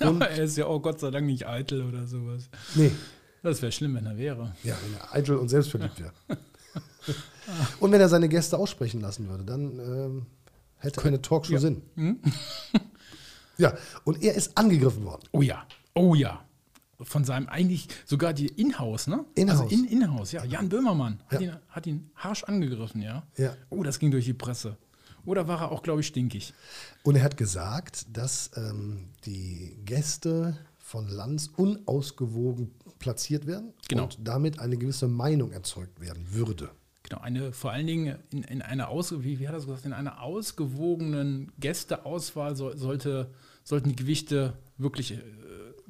Speaker 2: Aber er ist ja auch Gott sei Dank nicht eitel oder sowas.
Speaker 1: Nee,
Speaker 2: Das wäre schlimm, wenn er wäre.
Speaker 1: ja, wenn er eitel und selbstverliebt wäre. und wenn er seine Gäste aussprechen lassen würde, dann ähm, hätte eine Talkshow Sinn. ja, und er ist angegriffen worden.
Speaker 2: Oh ja. Oh ja. Von seinem eigentlich sogar die Inhouse, ne?
Speaker 1: Inhouse.
Speaker 2: Also in Inhouse, ja. Jan Böhmermann
Speaker 1: Ja.
Speaker 2: hat, ihn, hat ihn harsch angegriffen, ja.
Speaker 1: Ja.
Speaker 2: Oh, das ging durch die Presse. Oder war er auch, glaube ich, stinkig?
Speaker 1: Und er hat gesagt, dass ähm, die Gäste von Lanz unausgewogen platziert werden
Speaker 2: Genau.
Speaker 1: und damit eine gewisse Meinung erzeugt werden würde.
Speaker 2: Genau, eine, vor allen Dingen in, in einer aus, wie, wie hat er es gesagt, in einer ausgewogenen Gästeauswahl so, sollte, sollten die Gewichte wirklich äh,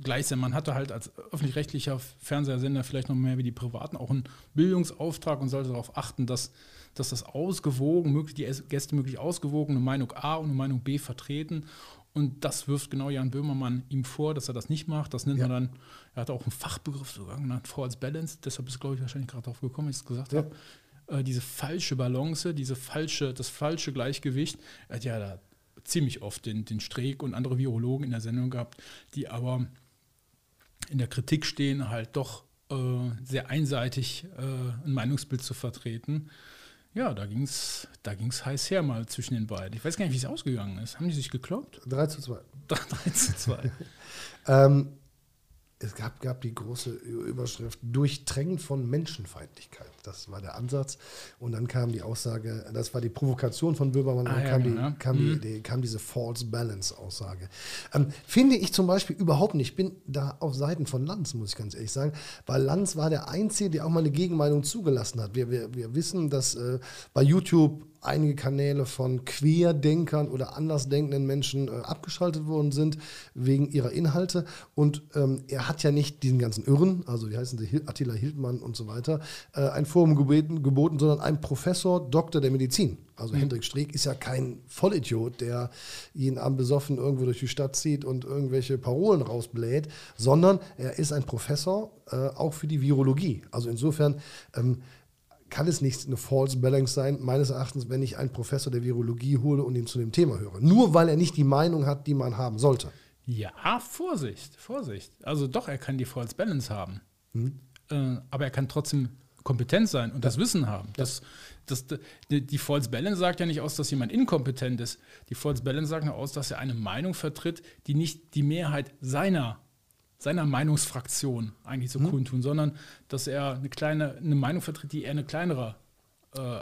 Speaker 2: gleich sein. Man hatte halt als öffentlich-rechtlicher Fernsehsender vielleicht noch mehr wie die privaten auch einen Bildungsauftrag und sollte darauf achten, dass, dass das ausgewogen, möglich, die Es- Gäste möglich ausgewogen eine Meinung A und eine Meinung B vertreten. Und das wirft genau Jan Böhmermann ihm vor, dass er das nicht macht. Das nennt
Speaker 1: Ja.
Speaker 2: man dann, er hat auch einen Fachbegriff sogar genannt, False Balance. Deshalb ist, glaube ich, wahrscheinlich gerade drauf gekommen, als ich es gesagt
Speaker 1: Ja.
Speaker 2: habe äh, diese falsche Balance, diese falsche, das falsche Gleichgewicht, er hat ja da ziemlich oft den, den Streeck und andere Virologen in der Sendung gehabt, die aber in der Kritik stehen, halt doch äh, sehr einseitig äh, ein Meinungsbild zu vertreten. Ja, da ging es da ging's heiß her mal zwischen den beiden. Ich weiß gar nicht, wie es ausgegangen ist. Haben die sich gekloppt?
Speaker 1: 3 zu 2.
Speaker 2: 3 zu 2.
Speaker 1: Ähm, es gab, gab die große Ü- Überschrift Durchdrängen von Menschenfeindlichkeit. Das war der Ansatz. Und dann kam die Aussage, das war die Provokation von Böhmermann,
Speaker 2: Ah,
Speaker 1: dann
Speaker 2: ja,
Speaker 1: kam,
Speaker 2: genau, ja.
Speaker 1: die, kam, die, die, kam diese False Balance-Aussage. Ähm, finde ich zum Beispiel überhaupt nicht. Ich bin da auf Seiten von Lanz, muss ich ganz ehrlich sagen, weil Lanz war der Einzige, der auch mal eine Gegenmeinung zugelassen hat. Wir, wir, wir wissen, dass äh, bei YouTube einige Kanäle von Querdenkern oder andersdenkenden Menschen äh, abgeschaltet worden sind wegen ihrer Inhalte. Und ähm, er hat ja nicht diesen ganzen Irren, also wie heißen sie, Hil- Attila Hildmann und so weiter, äh, ein Forum gebeten, geboten, sondern ein Professor, Doktor der Medizin. Also Hendrik Streeck ist ja kein Vollidiot, der jeden Abend besoffen irgendwo durch die Stadt zieht und irgendwelche Parolen rausbläht, sondern er ist ein Professor äh, auch für die Virologie. Also insofern ähm, kann es nicht eine False Balance sein, meines Erachtens, wenn ich einen Professor der Virologie hole und ihn zu dem Thema höre. Nur weil er nicht die Meinung hat, die man haben sollte.
Speaker 2: Ja, Vorsicht, Vorsicht. Also doch, er kann die False Balance haben. Äh, aber er kann trotzdem kompetent sein und das Wissen haben. Das, das, die, die False Balance sagt ja nicht aus, dass jemand inkompetent ist. Die False Balance sagt nur aus, dass er eine Meinung vertritt, die nicht die Mehrheit seiner seiner Meinungsfraktion eigentlich so kundtun, sondern dass er eine kleine eine Meinung vertritt, die eher eine kleinere äh,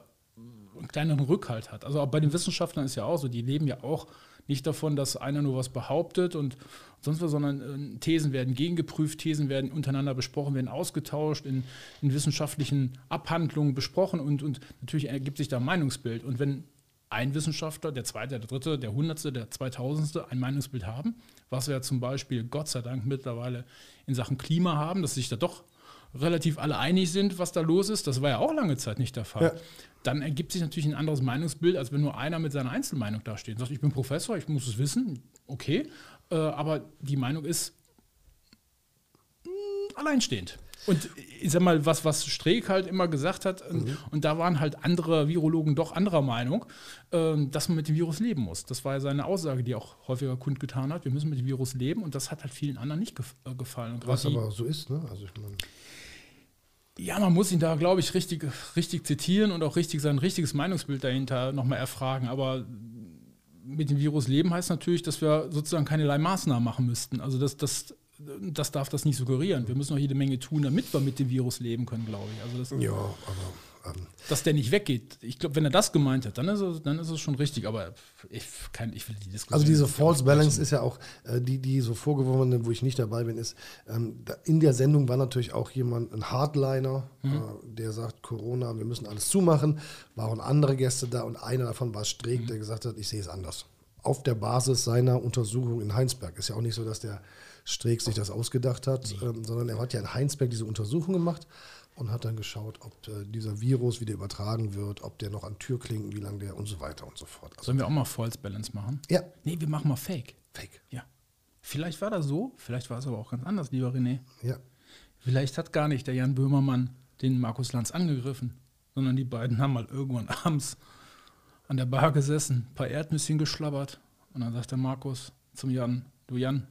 Speaker 2: einen kleineren Rückhalt hat. Also auch bei den Wissenschaftlern ist ja auch so, die leben ja auch nicht davon, dass einer nur was behauptet und sonst was, sondern äh, Thesen werden gegengeprüft, Thesen werden untereinander besprochen, werden ausgetauscht, in, in wissenschaftlichen Abhandlungen besprochen und, und natürlich ergibt sich da ein Meinungsbild. Und wenn ein Wissenschaftler, der zweite, der dritte, der hundertste, der zweitausendste ein Meinungsbild haben, was wir ja zum Beispiel Gott sei Dank mittlerweile in Sachen Klima haben, dass sich da doch relativ alle einig sind, was da los ist. Das war ja auch lange Zeit nicht der Fall.
Speaker 1: Ja.
Speaker 2: Dann ergibt sich natürlich ein anderes Meinungsbild, als wenn nur einer mit seiner Einzelmeinung dasteht und sagt, ich bin Professor, ich muss es wissen, okay, äh, aber die Meinung ist mh, alleinstehend. Und ich sag mal, was, was Streeck halt immer gesagt hat, und-
Speaker 1: Mhm.
Speaker 2: und da waren halt andere Virologen doch anderer Meinung, ähm, dass man mit dem Virus leben muss. Das war ja seine Aussage, die er auch häufiger kundgetan hat. Wir müssen mit dem Virus leben und das hat halt vielen anderen nicht gef äh, gefallen. Und
Speaker 1: Was
Speaker 2: gerade die-
Speaker 1: aber so ist, ne? Also ich meine,
Speaker 2: ja, man muss ihn da, glaube ich, richtig, richtig zitieren und auch richtig sein richtiges Meinungsbild dahinter nochmal erfragen. Aber mit dem Virus leben heißt natürlich, dass wir sozusagen keinerlei Maßnahmen machen müssten. Also das, das, das darf das nicht suggerieren. Wir müssen noch jede Menge tun, damit wir mit dem Virus leben können, glaube ich. Also das,
Speaker 1: ja, aber ähm,
Speaker 2: dass der nicht weggeht. Ich glaube, wenn er das gemeint hat, dann ist es, dann ist es schon richtig. Aber ich, kann, ich will die Diskussion.
Speaker 1: Also diese
Speaker 2: nicht
Speaker 1: False
Speaker 2: aufbrechen.
Speaker 1: Balance ist ja auch äh, die, die so vorgeworfen wird, wo ich nicht dabei bin, ist, ähm, da, in der Sendung war natürlich auch jemand, ein Hardliner, äh, der sagt, Corona, wir müssen alles zumachen, waren andere Gäste da und einer davon war Streeck, der gesagt hat, ich sehe es anders. Auf der Basis seiner Untersuchung in Heinsberg. Ist ja auch nicht so, dass der Streeck sich das ausgedacht hat, ähm, sondern er hat ja in Heinsberg diese Untersuchung gemacht und hat dann geschaut, ob äh, dieser Virus wieder übertragen wird, ob der noch an Türklinken, wie lange der und so weiter und so fort. Also,
Speaker 2: Sollen wir auch mal False Balance machen?
Speaker 1: ja,
Speaker 2: Nee, wir machen mal Fake.
Speaker 1: fake.
Speaker 2: Ja. Vielleicht war das so, vielleicht war es aber auch ganz anders, lieber René.
Speaker 1: Ja.
Speaker 2: Vielleicht hat gar nicht der Jan Böhmermann den Markus Lanz angegriffen, sondern die beiden haben mal irgendwann abends an der Bar gesessen, ein paar Erdnüsschen geschlabbert und dann sagt der Markus zum Jan, du Jan,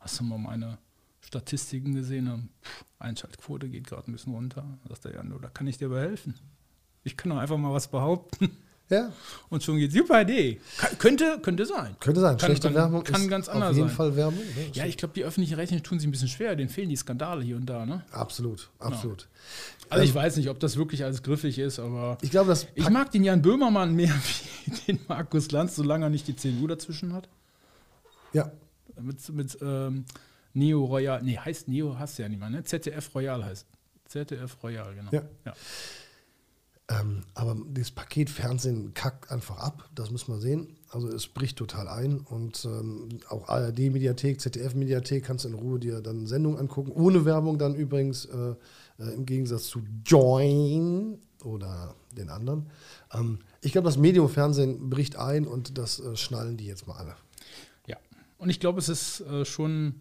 Speaker 2: hast du mal meine Statistiken gesehen? Ähm, Pff, Einschaltquote geht gerade ein bisschen runter. Dann sagt der Jan, du, da kann ich dir aber helfen. Ich kann doch einfach mal was behaupten.
Speaker 1: Ja,
Speaker 2: Und schon geht's. Super Idee. Ka- könnte, könnte sein.
Speaker 1: könnte sein.
Speaker 2: Kann-
Speaker 1: Schlechte
Speaker 2: kann-
Speaker 1: Werbung
Speaker 2: kann
Speaker 1: ist
Speaker 2: ganz
Speaker 1: auf
Speaker 2: anders
Speaker 1: jeden
Speaker 2: sein.
Speaker 1: Fall Werbung. Ne?
Speaker 2: Ja, ich glaube, die öffentlichen Rechte tun sich ein bisschen schwer. Denen fehlen die Skandale hier und da. Ne?
Speaker 1: Absolut, absolut.
Speaker 2: Also ich weiß nicht, ob das wirklich alles griffig ist, aber
Speaker 1: Ich glaube, das
Speaker 2: ich
Speaker 1: packt-
Speaker 2: mag den Jan Böhmermann mehr wie den Markus Lanz, solange er nicht die CDU dazwischen hat.
Speaker 1: ja,
Speaker 2: Mit, mit ähm, Neo Royal, nee, heißt Neo, hast du ja niemand, ne? ZDF Royal heißt. ZDF Royal, genau.
Speaker 1: Ja.
Speaker 2: ja.
Speaker 1: ähm, aber dieses Paket Fernsehen kackt einfach ab, das muss man sehen. Also es bricht total ein und ähm, auch ARD-Mediathek, ZDF-Mediathek kannst du in Ruhe dir dann Sendungen angucken, ohne Werbung dann übrigens, äh, äh, im Gegensatz zu Join oder den anderen. Ähm, ich glaube, das Medium Fernsehen bricht ein und das äh, schnallen die jetzt mal alle.
Speaker 2: Ja. Und ich glaube, es ist äh, schon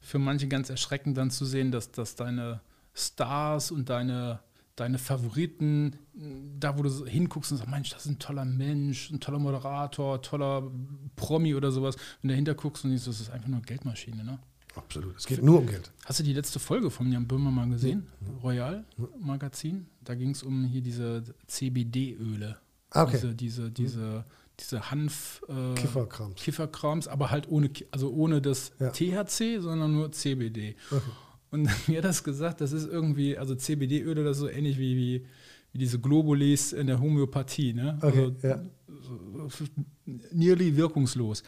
Speaker 2: für manche ganz erschreckend dann zu sehen, dass, dass deine Stars und deine, deine Favoriten, mh, da wo du so hinguckst und sagst, Mensch, das ist ein toller Mensch, ein toller Moderator, toller Promi oder sowas, wenn du dahinter guckst und siehst, das ist einfach nur Geldmaschine, ne?
Speaker 1: Absolut, es geht nur um Geld.
Speaker 2: Hast du die letzte Folge von Jan Böhmermann gesehen? Royal Magazin? Da ging es um hier diese CBD-Öle.
Speaker 1: Ah, okay.
Speaker 2: Diese, diese, diese, diese Hanf. Äh,
Speaker 1: Kifferkrams.
Speaker 2: Kifferkrams, aber halt ohne, Ki- also ohne das
Speaker 1: Ja.
Speaker 2: THC, sondern nur CBD. Und mir hat das gesagt, das ist irgendwie, also CBD-Öle, das ist so ähnlich wie, wie, wie diese Globulis in der Homöopathie, ne?
Speaker 1: Okay,
Speaker 2: also,
Speaker 1: ja.
Speaker 2: nearly wirkungslos.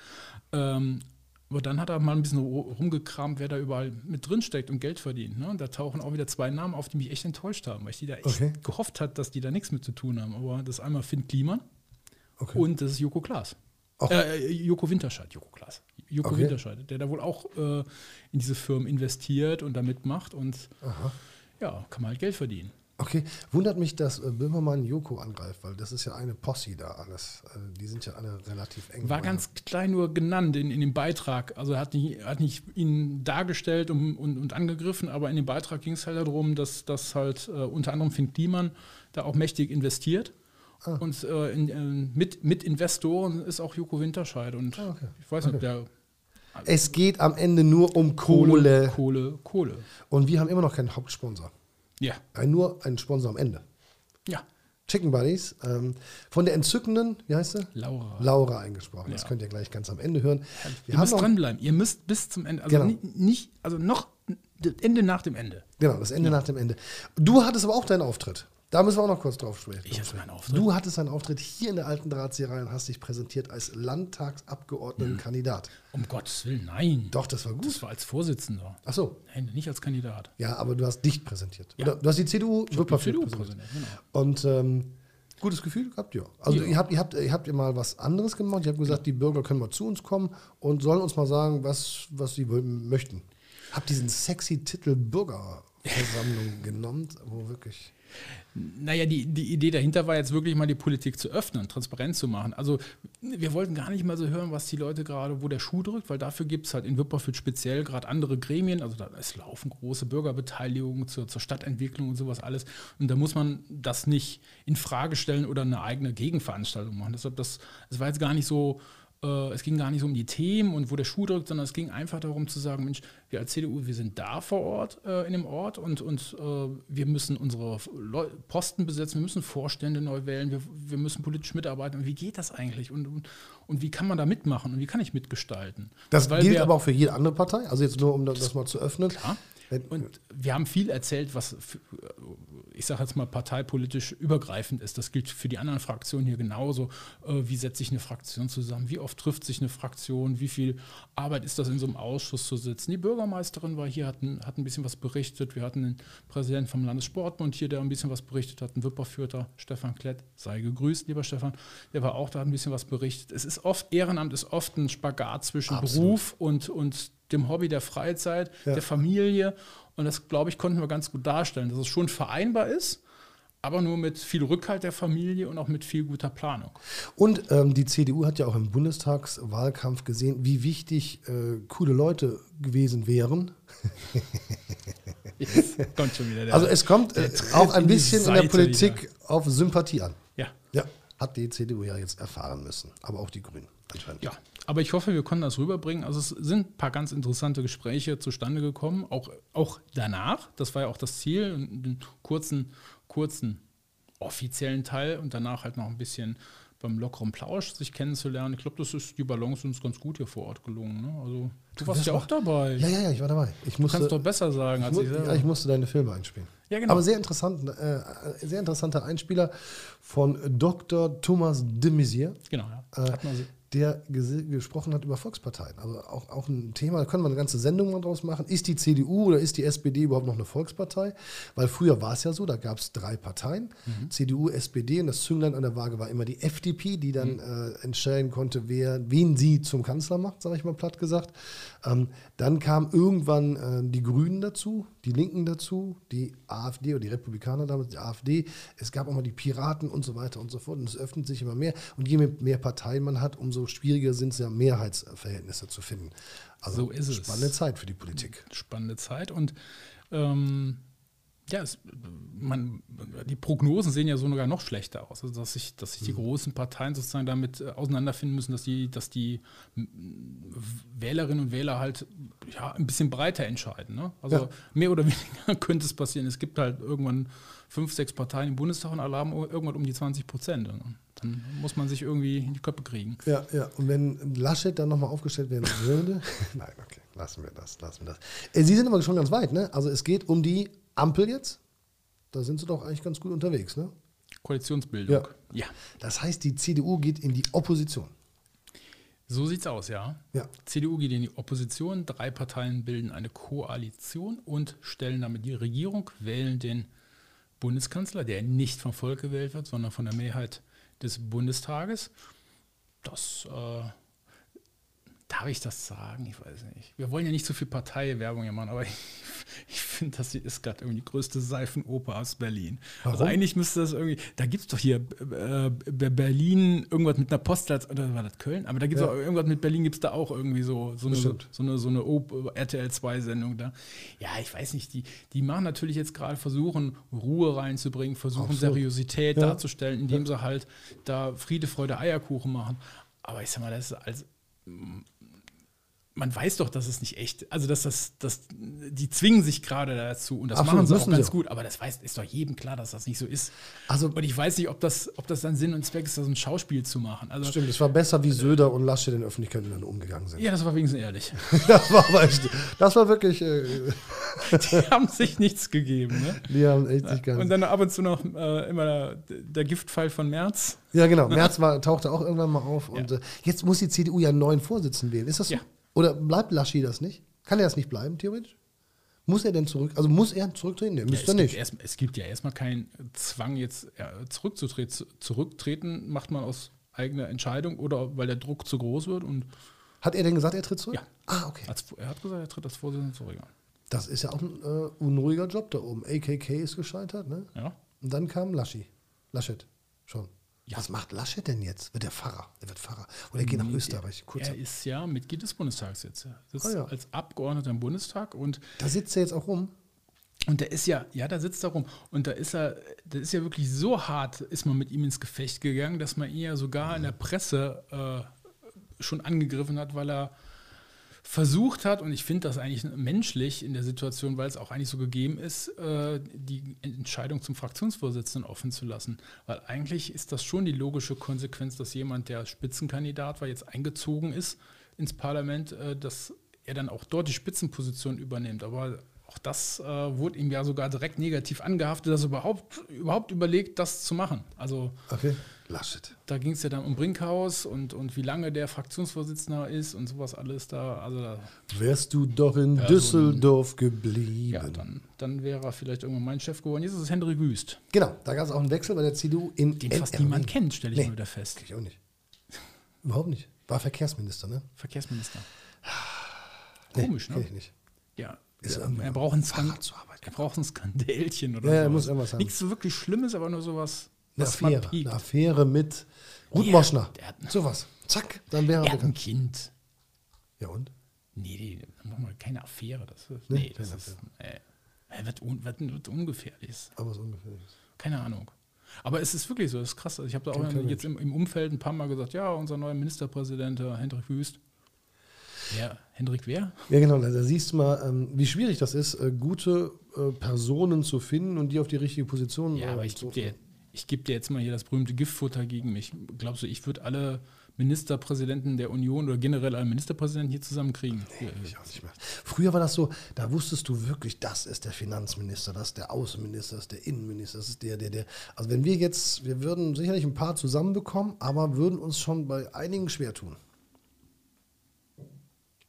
Speaker 2: Ähm, aber dann hat er mal ein bisschen ru- rumgekramt, wer da überall mit drin steckt und Geld verdient. Ne? Und da tauchen auch wieder zwei Namen auf, die mich echt enttäuscht haben, weil ich die da echt
Speaker 1: Okay.
Speaker 2: gehofft hat, dass die da nichts mit zu tun haben. Aber das ist einmal Finn Kliman
Speaker 1: Okay.
Speaker 2: und das ist Joko Klaas.
Speaker 1: Och.
Speaker 2: Äh, Joko Winterscheid, Joko Klaas. Joko
Speaker 1: Okay.
Speaker 2: Winterscheid, der da wohl auch äh, in diese Firmen investiert und da mitmacht und ja, kann man halt Geld verdienen.
Speaker 1: Okay, wundert mich, dass äh, Böhmermann Joko angreift, weil das ist ja eine Posse da alles. Äh, die sind ja alle relativ eng.
Speaker 2: War ganz klein nur genannt in, in dem Beitrag. Also er hat nicht, hat nicht ihn dargestellt und, und, und angegriffen, aber in dem Beitrag ging es halt darum, dass, dass halt äh, unter anderem Finn Kliemann da auch mächtig investiert.
Speaker 1: Ah.
Speaker 2: Und äh, in, äh, mit, mit Investoren ist auch Joko Winterscheid. Und
Speaker 1: Ah, okay.
Speaker 2: ich weiß nicht, ob der
Speaker 1: Es geht am Ende nur um Kohle.
Speaker 2: Kohle, Kohle.
Speaker 1: Und wir haben immer noch keinen Hauptsponsor.
Speaker 2: Ja.
Speaker 1: Ein, nur einen Sponsor am Ende.
Speaker 2: Ja.
Speaker 1: Chicken Buddies. Ähm, von der entzückenden, wie heißt sie?
Speaker 2: Laura.
Speaker 1: Laura eingesprochen. Das
Speaker 2: Ja.
Speaker 1: könnt ihr gleich ganz am Ende hören.
Speaker 2: ihr müsst dranbleiben. Ihr müsst bis zum Ende. Also
Speaker 1: Genau.
Speaker 2: ni- nicht, also noch das Ende nach dem Ende.
Speaker 1: Genau, das Ende nach dem Ende. Du hattest aber auch deinen Auftritt. Da müssen wir auch noch kurz drauf sprechen.
Speaker 2: Ich hatte meinen Auftritt.
Speaker 1: Du hattest einen Auftritt hier in der alten Drahtzieherei und hast dich präsentiert als Landtagsabgeordnetenkandidat.
Speaker 2: Um Gottes Willen, nein.
Speaker 1: Doch, das war gut.
Speaker 2: Das war als Vorsitzender.
Speaker 1: Ach so,
Speaker 2: Nein, nicht als Kandidat.
Speaker 1: Ja, aber du hast dich präsentiert.
Speaker 2: Ja.
Speaker 1: Oder du hast die CDU Wipperfield
Speaker 2: CDU
Speaker 1: präsentiert.
Speaker 2: präsentiert, genau.
Speaker 1: Und ähm, Gutes Gefühl gehabt, ja. Also ihr habt, ihr habt, ihr habt ihr mal was anderes gemacht. Ihr habt gesagt, die Bürger können mal zu uns kommen und sollen uns mal sagen, was, was sie wö- möchten. Habt diesen sexy Titel Bürgerversammlung genommen, wo wirklich.
Speaker 2: Naja, die, die Idee dahinter war jetzt wirklich mal die Politik zu öffnen, transparent zu machen. Also wir wollten gar nicht mal so hören, was die Leute gerade, wo der Schuh drückt, weil dafür gibt es halt in Wipperfeld speziell gerade andere Gremien. Also da es laufen große Bürgerbeteiligungen zur, zur Stadtentwicklung und sowas alles. Und da muss man das nicht in Frage stellen oder eine eigene Gegenveranstaltung machen. Deshalb, das, es war jetzt gar nicht so, äh, es ging gar nicht so um die Themen und wo der Schuh drückt, sondern es ging einfach darum zu sagen, Mensch, wir als CDU, wir sind da vor Ort äh, in dem Ort und, und äh, wir müssen unsere Leu Posten besetzen, wir müssen Vorstände neu wählen, wir, wir müssen politisch mitarbeiten. Und wie geht das eigentlich? Und, und, und wie kann man da mitmachen und wie kann ich mitgestalten?
Speaker 1: Das
Speaker 2: Weil
Speaker 1: gilt
Speaker 2: wir-
Speaker 1: aber auch für jede andere Partei. Also jetzt nur, um das, das mal zu öffnen.
Speaker 2: ja.
Speaker 1: Wenn-
Speaker 2: Und wir haben viel erzählt, was, f- äh, ich sage jetzt mal, parteipolitisch übergreifend ist. Das gilt für die anderen Fraktionen hier genauso. Äh, Wie setzt sich eine Fraktion zusammen? Wie oft trifft sich eine Fraktion? Wie viel Arbeit ist das, in so einem Ausschuss zu sitzen? Die Bürgermeisterin war hier, hat ein, hat ein bisschen was berichtet. Wir hatten den Präsidenten vom Landessportbund hier, der ein bisschen was berichtet hat. Ein Wipperfürter, Stefan Klett, sei gegrüßt, lieber Stefan. Der war auch da, hat ein bisschen was berichtet. Es ist oft, Ehrenamt ist oft ein Spagat zwischen
Speaker 1: Absolut.
Speaker 2: Beruf und, und dem Hobby der Freizeit, der Familie. Und das, glaube ich, konnten wir ganz gut darstellen, dass es schon vereinbar ist, aber nur mit viel Rückhalt der Familie und auch mit viel guter Planung.
Speaker 1: Und ähm, die CDU hat ja auch im Bundestagswahlkampf gesehen, wie wichtig äh, coole Leute gewesen wären.
Speaker 2: Jetzt kommt schon wieder der.
Speaker 1: Also es kommt äh, auch ein
Speaker 2: in die
Speaker 1: bisschen in der
Speaker 2: Seite
Speaker 1: Politik auf Sympathie an.
Speaker 2: ja.
Speaker 1: Ja, hat die CDU ja jetzt erfahren müssen. Aber auch die Grünen anscheinend.
Speaker 2: Ja, aber ich hoffe, wir konnten das rüberbringen. Also es sind ein paar ganz interessante Gespräche zustande gekommen, auch, auch danach. Das war ja auch das Ziel, einen kurzen, kurzen offiziellen Teil und danach halt noch ein bisschen beim lockeren Plausch sich kennenzulernen. Ich glaube, das ist die Balance uns ganz gut hier vor Ort gelungen. Ne? Also du warst
Speaker 1: wirst
Speaker 2: ja auch dabei.
Speaker 1: Ja, ja, ja, ich war dabei. Ich
Speaker 2: du kannst doch
Speaker 1: musste,
Speaker 2: besser sagen als
Speaker 1: mu
Speaker 2: ich selber.
Speaker 1: ja, ich musste deine Filme einspielen.
Speaker 2: Ja, genau.
Speaker 1: Aber sehr, interessant, äh, sehr interessanter Einspieler von Dr. Thomas de Maizière,
Speaker 2: genau, ja.
Speaker 1: äh,
Speaker 2: Hat man sie-
Speaker 1: der gese- gesprochen hat über Volksparteien. Also auch, auch ein Thema, da können wir eine ganze Sendung mal draus machen. Ist die CDU oder ist die SPD überhaupt noch eine Volkspartei? Weil früher war es ja so, da gab es drei Parteien,
Speaker 2: Mhm.
Speaker 1: CDU, SPD und das Zünglein an der Waage war immer die FDP, die
Speaker 2: Mhm.
Speaker 1: dann äh, entscheiden konnte, wer, wen sie zum Kanzler macht, sage ich mal platt gesagt. Ähm, dann kamen irgendwann äh, die Grünen dazu, die Linken dazu, die AfD oder die Republikaner damals, die AfD. Es gab auch mal die Piraten und so weiter und so fort. Und es öffnet sich immer mehr. Und je mehr Parteien man hat, umso schwieriger sind es ja, Mehrheitsverhältnisse zu finden. Also
Speaker 2: So ist es.
Speaker 1: spannende Zeit für die Politik.
Speaker 2: spannende Zeit. Und ähm, ja, es, man, die Prognosen sehen ja sogar noch schlechter aus. Also dass sich, dass sich die großen Parteien sozusagen damit äh, auseinanderfinden müssen, dass die, dass die m, Wählerinnen und Wähler halt ja, ein bisschen breiter entscheiden. Ne? Also
Speaker 1: Ja.
Speaker 2: mehr oder weniger könnte es passieren. Es gibt halt irgendwann fünf, sechs Parteien im Bundestag und alle haben irgendwann um die 20 Prozent. ne? Dann muss man sich irgendwie in die Köpfe kriegen.
Speaker 1: Ja, ja. Und wenn Laschet dann nochmal aufgestellt werden würde. Nein, okay, lassen wir das, lassen wir das. Äh, Sie sind aber schon ganz weit, ne? Also es geht um die Ampel jetzt. Da sind Sie doch eigentlich ganz gut unterwegs, ne?
Speaker 2: Koalitionsbildung. Ja.
Speaker 1: Das heißt, die CDU geht in die Opposition.
Speaker 2: So sieht's aus, ja.
Speaker 1: Ja.
Speaker 2: CDU geht in die Opposition, drei Parteien bilden eine Koalition und stellen damit die Regierung, wählen den Bundeskanzler, der nicht vom Volk gewählt wird, sondern von der Mehrheit des Bundestages. Das äh, darf ich das sagen? Ich weiß nicht. Wir wollen ja nicht so viel Parteiwerbung hier machen, aber ich, ich finde, das hier ist gerade irgendwie die größte Seifenoper aus Berlin. Also
Speaker 1: Warum?
Speaker 2: eigentlich müsste das irgendwie. Da gibt es doch hier äh, Be- Berlin irgendwas mit einer Postleitzahl, oder war das Köln? Aber da gibt es
Speaker 1: Ja.
Speaker 2: auch irgendwas mit Berlin, gibt es da auch irgendwie so, so eine,
Speaker 1: Bestimmt.
Speaker 2: so eine, äh, so eine O- RTL 2-Sendung da. Ja, ich weiß nicht. Die, die machen natürlich jetzt gerade versuchen, Ruhe reinzubringen, versuchen
Speaker 1: Absolut.
Speaker 2: Seriosität
Speaker 1: Ja.
Speaker 2: darzustellen, indem sie halt da Friede, Freude, Eierkuchen machen. Aber ich sag mal, das ist als, mm, man weiß doch, dass es nicht echt, also dass das, dass die zwingen sich gerade dazu und das
Speaker 1: Absolut,
Speaker 2: machen sie auch
Speaker 1: müssen
Speaker 2: ganz
Speaker 1: sie auch.
Speaker 2: gut, aber das weiß, ist doch jedem klar, dass das nicht so ist.
Speaker 1: Also-
Speaker 2: und ich weiß nicht, ob das, ob das dann Sinn und Zweck ist, das ein Schauspiel zu machen. Also
Speaker 1: Stimmt, es war besser, wie Söder und Laschet in der Öffentlichkeit miteinander umgegangen sind.
Speaker 2: ja, das war wenigstens ehrlich.
Speaker 1: Das war, aber echt, das war wirklich, äh,
Speaker 2: Die haben sich nichts gegeben. Ne?
Speaker 1: die haben echt nicht ganz.
Speaker 2: Und dann ab und zu noch äh, immer der Giftpfeil von März.
Speaker 1: Ja, genau. Merz war, tauchte auch irgendwann mal auf. Und äh, jetzt muss die CDU ja einen neuen Vorsitzenden wählen. Ist das so?
Speaker 2: Ja.
Speaker 1: Oder bleibt Laschi das nicht? Kann er das nicht bleiben, theoretisch? Muss er denn zurück? Also muss er zurücktreten? Nee, müsste
Speaker 2: es,
Speaker 1: er
Speaker 2: gibt
Speaker 1: nicht.
Speaker 2: erst, es gibt ja erstmal keinen Zwang, jetzt ja, zurückzutreten. Z- Zurücktreten macht man aus eigener Entscheidung oder weil der Druck zu groß wird. Und
Speaker 1: Hat er denn gesagt, er tritt zurück?
Speaker 2: Ja.
Speaker 1: Ah, okay.
Speaker 2: als, er hat gesagt, er tritt als Vorsitzender zurück. an.
Speaker 1: Das ist ja auch ein äh, unruhiger Job da oben. AKK ist gescheitert, ne?
Speaker 2: Ja.
Speaker 1: Und dann kam Laschi. Laschet. Schon.
Speaker 2: Ja.
Speaker 1: Was macht Laschet denn jetzt? Wird er Pfarrer? Er wird Pfarrer. Oder er geht nach Österreich. Kurz.
Speaker 2: Er ist ja Mitglied des Bundestags jetzt. ja. Sitzt
Speaker 1: Ah, ja.
Speaker 2: als Abgeordneter im Bundestag und
Speaker 1: Da sitzt er jetzt auch rum.
Speaker 2: Und der ist ja, ja, da sitzt er rum. Und da ist er, das ist ja wirklich so hart, ist man mit ihm ins Gefecht gegangen, dass man ihn ja sogar in der Presse äh, schon angegriffen hat, weil er versucht hat, und ich finde das eigentlich menschlich in der Situation, weil es auch eigentlich so gegeben ist, äh, die Entscheidung zum Fraktionsvorsitzenden offen zu lassen. Weil eigentlich ist das schon die logische Konsequenz, dass jemand, der Spitzenkandidat war, jetzt eingezogen ist ins Parlament, äh, dass er dann auch dort die Spitzenposition übernimmt. Aber auch das äh, wurde ihm ja sogar direkt negativ angehaftet, dass er überhaupt, überhaupt überlegt, das zu machen. Also
Speaker 1: Okay. Laschet.
Speaker 2: da ging es ja dann um Brinkhaus und, und wie lange der Fraktionsvorsitzender ist und sowas alles da. Also da
Speaker 1: Wärst du doch in
Speaker 2: Ja, so ein-
Speaker 1: Düsseldorf geblieben.
Speaker 2: Also Ja, dann, dann wäre er vielleicht irgendwann mein Chef geworden. Jetzt ist es Henry Wüst,
Speaker 1: Genau, da gab es auch einen Wechsel bei der CDU in
Speaker 2: den fast
Speaker 1: NRW.
Speaker 2: niemand kennt, stelle ich
Speaker 1: äh, Nee.
Speaker 2: mal wieder fest.
Speaker 1: Ich auch nicht. Überhaupt nicht. War Verkehrsminister, ne?
Speaker 2: Verkehrsminister. Komisch,
Speaker 1: kenn
Speaker 2: ne?
Speaker 1: Ich nicht.
Speaker 2: Ja.
Speaker 1: Ist
Speaker 2: er,
Speaker 1: irgendwie
Speaker 2: er braucht ein
Speaker 1: mit dem Fahrrad
Speaker 2: Skan-
Speaker 1: zur Arbeit
Speaker 2: er braucht ein Skandälchen oder
Speaker 1: Ja, er
Speaker 2: sowas.
Speaker 1: muss irgendwas haben.
Speaker 2: Nichts so wirklich Schlimmes, aber nur sowas,
Speaker 1: Eine
Speaker 2: was man
Speaker 1: Affäre.
Speaker 2: piekt.
Speaker 1: Eine Affäre mit Ruth
Speaker 2: Ja,
Speaker 1: Moschner.
Speaker 2: der hat-
Speaker 1: So was. Zack, dann wäre
Speaker 2: Er
Speaker 1: er
Speaker 2: hat ein
Speaker 1: bekannt.
Speaker 2: Kind.
Speaker 1: Ja und?
Speaker 2: Nee, nee, mach mal keine Affäre. Das ist,
Speaker 1: Nee,
Speaker 2: nee, das
Speaker 1: keine
Speaker 2: ist. Äh, er wird, un, wird, wird ungefährlich.
Speaker 1: Aber so ungefähr. nichts.
Speaker 2: Keine Ahnung. Aber es ist wirklich so, das ist krass. Also ich habe da auch
Speaker 1: kein Mensch.
Speaker 2: jetzt im, im Umfeld ein paar Mal gesagt, ja, unser neuer Ministerpräsident, der Hendrik Wüst. Wer? Hendrik wer?
Speaker 1: Ja genau, da da siehst du mal, ähm, wie schwierig das ist, äh, gute äh, Personen zu finden und die auf die richtige Position äh,
Speaker 2: Ja, aber ich
Speaker 1: zu-
Speaker 2: gebe dir, ich geb dir jetzt mal hier das berühmte Giftfutter gegen mich. Glaubst du, ich würde alle Ministerpräsidenten der Union oder generell alle Ministerpräsidenten hier zusammenkriegen? Hier, äh,
Speaker 1: Ich weiß nicht mehr. Früher war das so, da wusstest du wirklich, das ist der Finanzminister, das ist der Außenminister, das ist der Innenminister, das ist der, der, der. Also wenn wir jetzt, wir würden sicherlich ein paar zusammenbekommen, aber würden uns schon bei einigen schwer tun.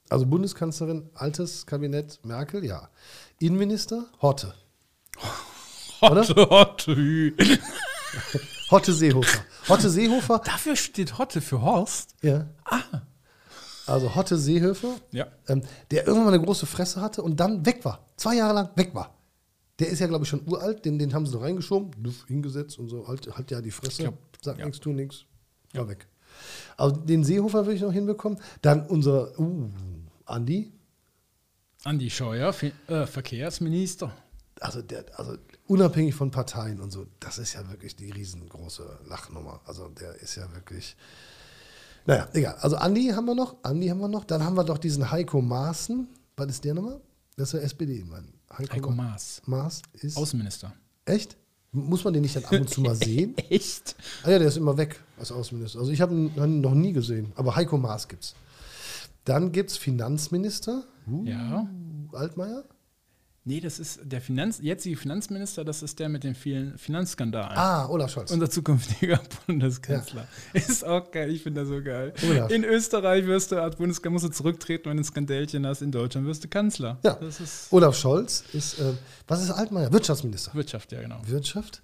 Speaker 1: Also Bundeskanzlerin, altes Kabinett, Merkel, ja. Innenminister, Hotte. Oder?
Speaker 2: Hotte, Hotte.
Speaker 1: Hotte Seehofer. Hotte Seehofer,
Speaker 2: Dafür steht Hotte für Horst.
Speaker 1: ja. Also Hotte Seehofer,
Speaker 2: Ah. Ja.
Speaker 1: ähm, der irgendwann mal eine große Fresse hatte und dann weg war. Zwei Jahre lang weg war. Der ist ja, glaube ich, schon uralt, den, den haben sie noch reingeschoben, duff, hingesetzt und so, halt, halt ja die Fresse,
Speaker 2: glaub,
Speaker 1: sagt
Speaker 2: ja.
Speaker 1: nichts, tu nichts, war weg. Also den Seehofer würde ich noch hinbekommen. Dann unser, uh, Andi,
Speaker 2: Andi Scheuer, Fe- äh, Verkehrsminister.
Speaker 1: also, der, also unabhängig von Parteien und so, das ist ja wirklich die riesengroße Lachnummer. Also der ist ja wirklich. Naja, egal. Also Andi haben wir noch, Andi haben wir noch. Dann haben wir doch diesen Heiko Maaßen. Was ist der nochmal? Das ist der SPD, mein
Speaker 2: Heiko
Speaker 1: Ma-
Speaker 2: Maas.
Speaker 1: Maas ist.
Speaker 2: Außenminister.
Speaker 1: echt? Muss man den nicht dann ab und zu mal sehen?
Speaker 2: Echt?
Speaker 1: Ah ja, der ist immer weg als Außenminister. Also ich habe ihn noch nie gesehen. Aber Heiko Maas gibt's. Dann gibt's Finanzminister. Uh,
Speaker 2: Ja.
Speaker 1: Altmaier.
Speaker 2: Nee, das ist der Finanz, jetzige Finanzminister, das ist der mit den vielen Finanzskandalen.
Speaker 1: Ah, Olaf Scholz.
Speaker 2: Unser zukünftiger Bundeskanzler. Ist auch geil, ich finde das so geil.
Speaker 1: Olaf.
Speaker 2: In Österreich wirst du als Bundeskanzler musst du zurücktreten, wenn du ein Skandälchen hast. In Deutschland wirst du Kanzler.
Speaker 1: Ja.
Speaker 2: Das ist
Speaker 1: Olaf Scholz ist, äh, was ist Altmaier? Wirtschaftsminister.
Speaker 2: Wirtschaft, ja, genau.
Speaker 1: Wirtschaft?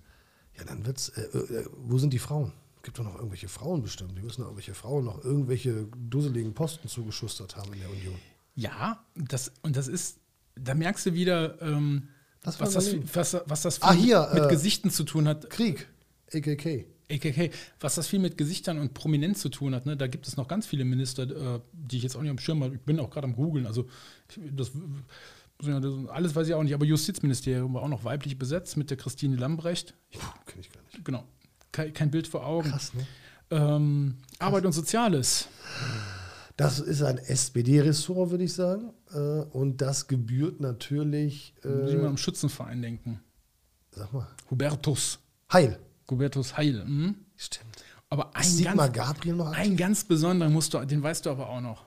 Speaker 1: Ja, dann wird's, äh, äh, wo sind die Frauen? Gibt doch noch irgendwelche Frauen bestimmt. Die müssen doch irgendwelche Frauen noch irgendwelche dusseligen Posten zugeschustert haben in der Union.
Speaker 2: Ja, das, und das ist, da merkst du wieder, ähm,
Speaker 1: Das war
Speaker 2: was, das,
Speaker 1: daneben.
Speaker 2: was, was das viel
Speaker 1: Ah, hier,
Speaker 2: mit
Speaker 1: äh,
Speaker 2: Gesichten zu tun hat.
Speaker 1: Krieg, AKK.
Speaker 2: AKK, was das viel mit Gesichtern und Prominenz zu tun hat, ne? da gibt es noch ganz viele Minister, äh, die ich jetzt auch nicht am Schirm habe. Ich bin auch gerade am Googeln. Also, ich- das, ja, das, alles weiß ich auch nicht, aber Justizministerium war auch noch weiblich besetzt mit der Christine Lambrecht. Ich,
Speaker 1: Kenn ich gar nicht.
Speaker 2: genau, kein, kein Bild vor Augen.
Speaker 1: Krass, ne?
Speaker 2: Ähm, Arbeit und Soziales.
Speaker 1: Das ist ein SPD-Ressort, würde ich sagen. Äh, und das gebührt natürlich,
Speaker 2: Muss ich mal
Speaker 1: äh,
Speaker 2: am Schützenverein denken.
Speaker 1: sag mal,
Speaker 2: Hubertus.
Speaker 1: Heil.
Speaker 2: Hubertus Heil. Mhm.
Speaker 1: Stimmt.
Speaker 2: Aber ein
Speaker 1: Ist Sigmar
Speaker 2: ganz,
Speaker 1: Gabriel noch aktiv?
Speaker 2: ein ganz besonderen musst du, den weißt du aber auch noch.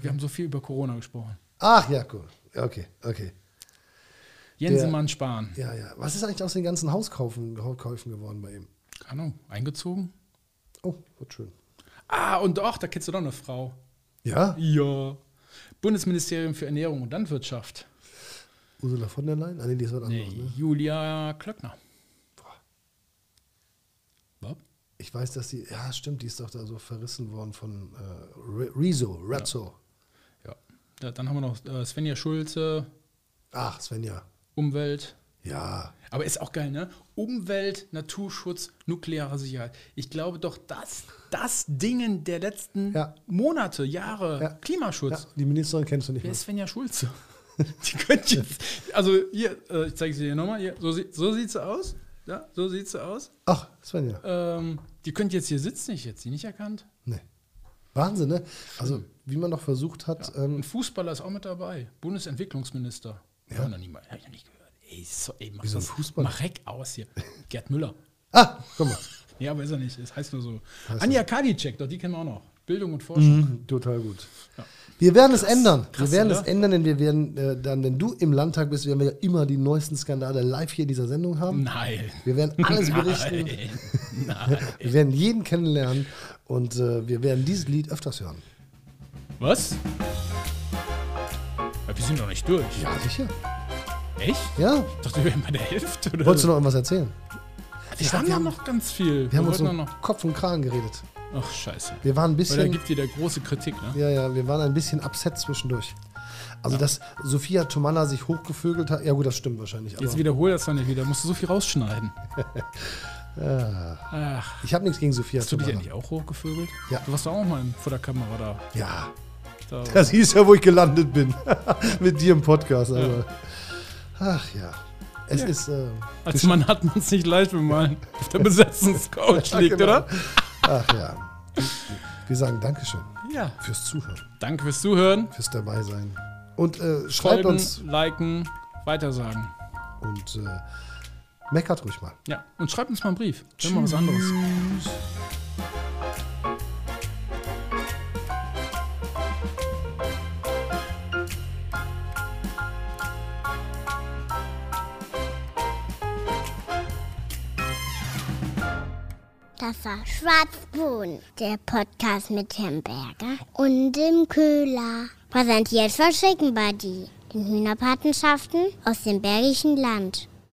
Speaker 2: Wir haben so viel über Corona gesprochen.
Speaker 1: Ach ja, cool. Ja, Okay, okay.
Speaker 2: Jensemann Spahn.
Speaker 1: Ja, ja. Was ist eigentlich aus den ganzen Hauskaufen Hauskäufen geworden bei ihm?
Speaker 2: Keine Ahnung, eingezogen?
Speaker 1: Oh, wird schön.
Speaker 2: Ah, und doch, da kennst du doch eine Frau.
Speaker 1: Ja?
Speaker 2: Ja. Bundesministerium für Ernährung und Landwirtschaft.
Speaker 1: Ursula von der Leyen? Ah, nee, die ist was
Speaker 2: Nee,
Speaker 1: anderes. Ne?
Speaker 2: Julia Klöckner.
Speaker 1: Boah.
Speaker 2: Bob?
Speaker 1: Ich weiß, dass die, ja, stimmt, die ist doch da so verrissen worden von äh, Re- Rezo, Razzo.
Speaker 2: Ja. Da, dann haben wir noch äh, Svenja Schulze,
Speaker 1: Ach, Svenja.
Speaker 2: Umwelt.
Speaker 1: Ja,
Speaker 2: Aber ist auch geil, ne? Umwelt, Naturschutz, nukleare Sicherheit. Ich glaube doch, das, das Dingen der letzten
Speaker 1: Ja.
Speaker 2: Monate, Jahre,
Speaker 1: Ja. ja
Speaker 2: Klimaschutz.
Speaker 1: die Ministerin kennst du nicht
Speaker 2: Wer
Speaker 1: mehr.
Speaker 2: ist Svenja Schulze? Die könnt jetzt, also hier, äh, ich zeige sie dir nochmal. Hier, So, sie- so sieht sie aus. Ja, so sieht sie aus.
Speaker 1: Ach, Svenja.
Speaker 2: Ähm, die könnt jetzt hier sitzen. Ich hätte sie nicht erkannt.
Speaker 1: Nee. Wahnsinn, ne? Also, wie man noch versucht hat, ähm,
Speaker 2: Ein Fußballer ist auch mit dabei. Bundesentwicklungsminister. Ja. Hab ich noch nie mal. Hab ich noch nicht gehört. Ey, so, ey mach
Speaker 1: Wieso ein
Speaker 2: das-
Speaker 1: Fußballer?
Speaker 2: Mach Heck aus hier. Gerd Müller.
Speaker 1: Ah, guck mal.
Speaker 2: Ja, aber ist er nicht. Das heißt nur so.
Speaker 1: Heißt
Speaker 2: Anja Kadicek, doch die kennen wir auch noch. Bildung und Forschung.
Speaker 1: Total gut. Wir werden es ändern.
Speaker 2: Krass,
Speaker 1: wir werden
Speaker 2: oder?
Speaker 1: es ändern, denn wir werden äh, dann, wenn du im Landtag bist, werden wir ja immer die neuesten Skandale live hier in dieser Sendung haben.
Speaker 2: Nein.
Speaker 1: Mhm. Wir werden alles berichten.
Speaker 2: Nein. Nein.
Speaker 1: Wir werden jeden kennenlernen und äh, wir werden dieses Lied öfters hören.
Speaker 2: Was? Ja, wir sind noch nicht durch.
Speaker 1: Ja, sicher.
Speaker 2: Echt?
Speaker 1: Ja.
Speaker 2: Ich dachte, wir wären bei der Hälfte oder
Speaker 1: Wolltest du
Speaker 2: so.
Speaker 1: noch irgendwas erzählen?
Speaker 2: Wir haben ja noch ganz viel.
Speaker 1: Wir haben uns
Speaker 2: wollten
Speaker 1: um
Speaker 2: ja noch.
Speaker 1: Kopf und Kragen geredet.
Speaker 2: Ach, scheiße.
Speaker 1: Wir waren ein
Speaker 2: Weil da
Speaker 1: bisschen,
Speaker 2: gibt wieder große Kritik, ne?
Speaker 1: ja, ja, wir waren ein bisschen upset zwischendurch. Also, dass Sophia Tomalla sich hochgevögelt hat, ja gut, das stimmt wahrscheinlich. Aber
Speaker 2: Jetzt wiederhol das doch nicht wieder. Musst du so viel rausschneiden. Ach,
Speaker 1: ich habe nichts gegen Sophia
Speaker 2: hast du dich
Speaker 1: Tomalla.
Speaker 2: eigentlich auch hochgevögelt?
Speaker 1: Ja.
Speaker 2: Du warst doch auch mal vor der Kamera da.
Speaker 1: Ja,
Speaker 2: da
Speaker 1: Das hieß ja, wo ich gelandet bin. Mit dir im Podcast. Also. Ach ja. Es ist. Äh,
Speaker 2: als Mann hat man es nicht leicht, wenn man auf der Besetzungscouch
Speaker 1: ja,
Speaker 2: liegt,
Speaker 1: genau.
Speaker 2: oder?
Speaker 1: Ach ja. Wir sagen Dankeschön
Speaker 2: Ja.
Speaker 1: fürs Zuhören,
Speaker 2: Danke fürs Zuhören.
Speaker 1: fürs Dabeisein. Und äh, schreibt
Speaker 2: Folgen,
Speaker 1: uns
Speaker 2: liken, weitersagen.
Speaker 1: und äh, meckert ruhig mal.
Speaker 2: Ja. Und schreibt uns mal einen Brief. Wenn mal was anderes.
Speaker 4: Das war Schwarzbohnen, der Podcast mit Herrn Berger und dem Köhler. Präsentiert von Schickenbuddy, den Hühnerpatenschaften aus dem Bergischen Land.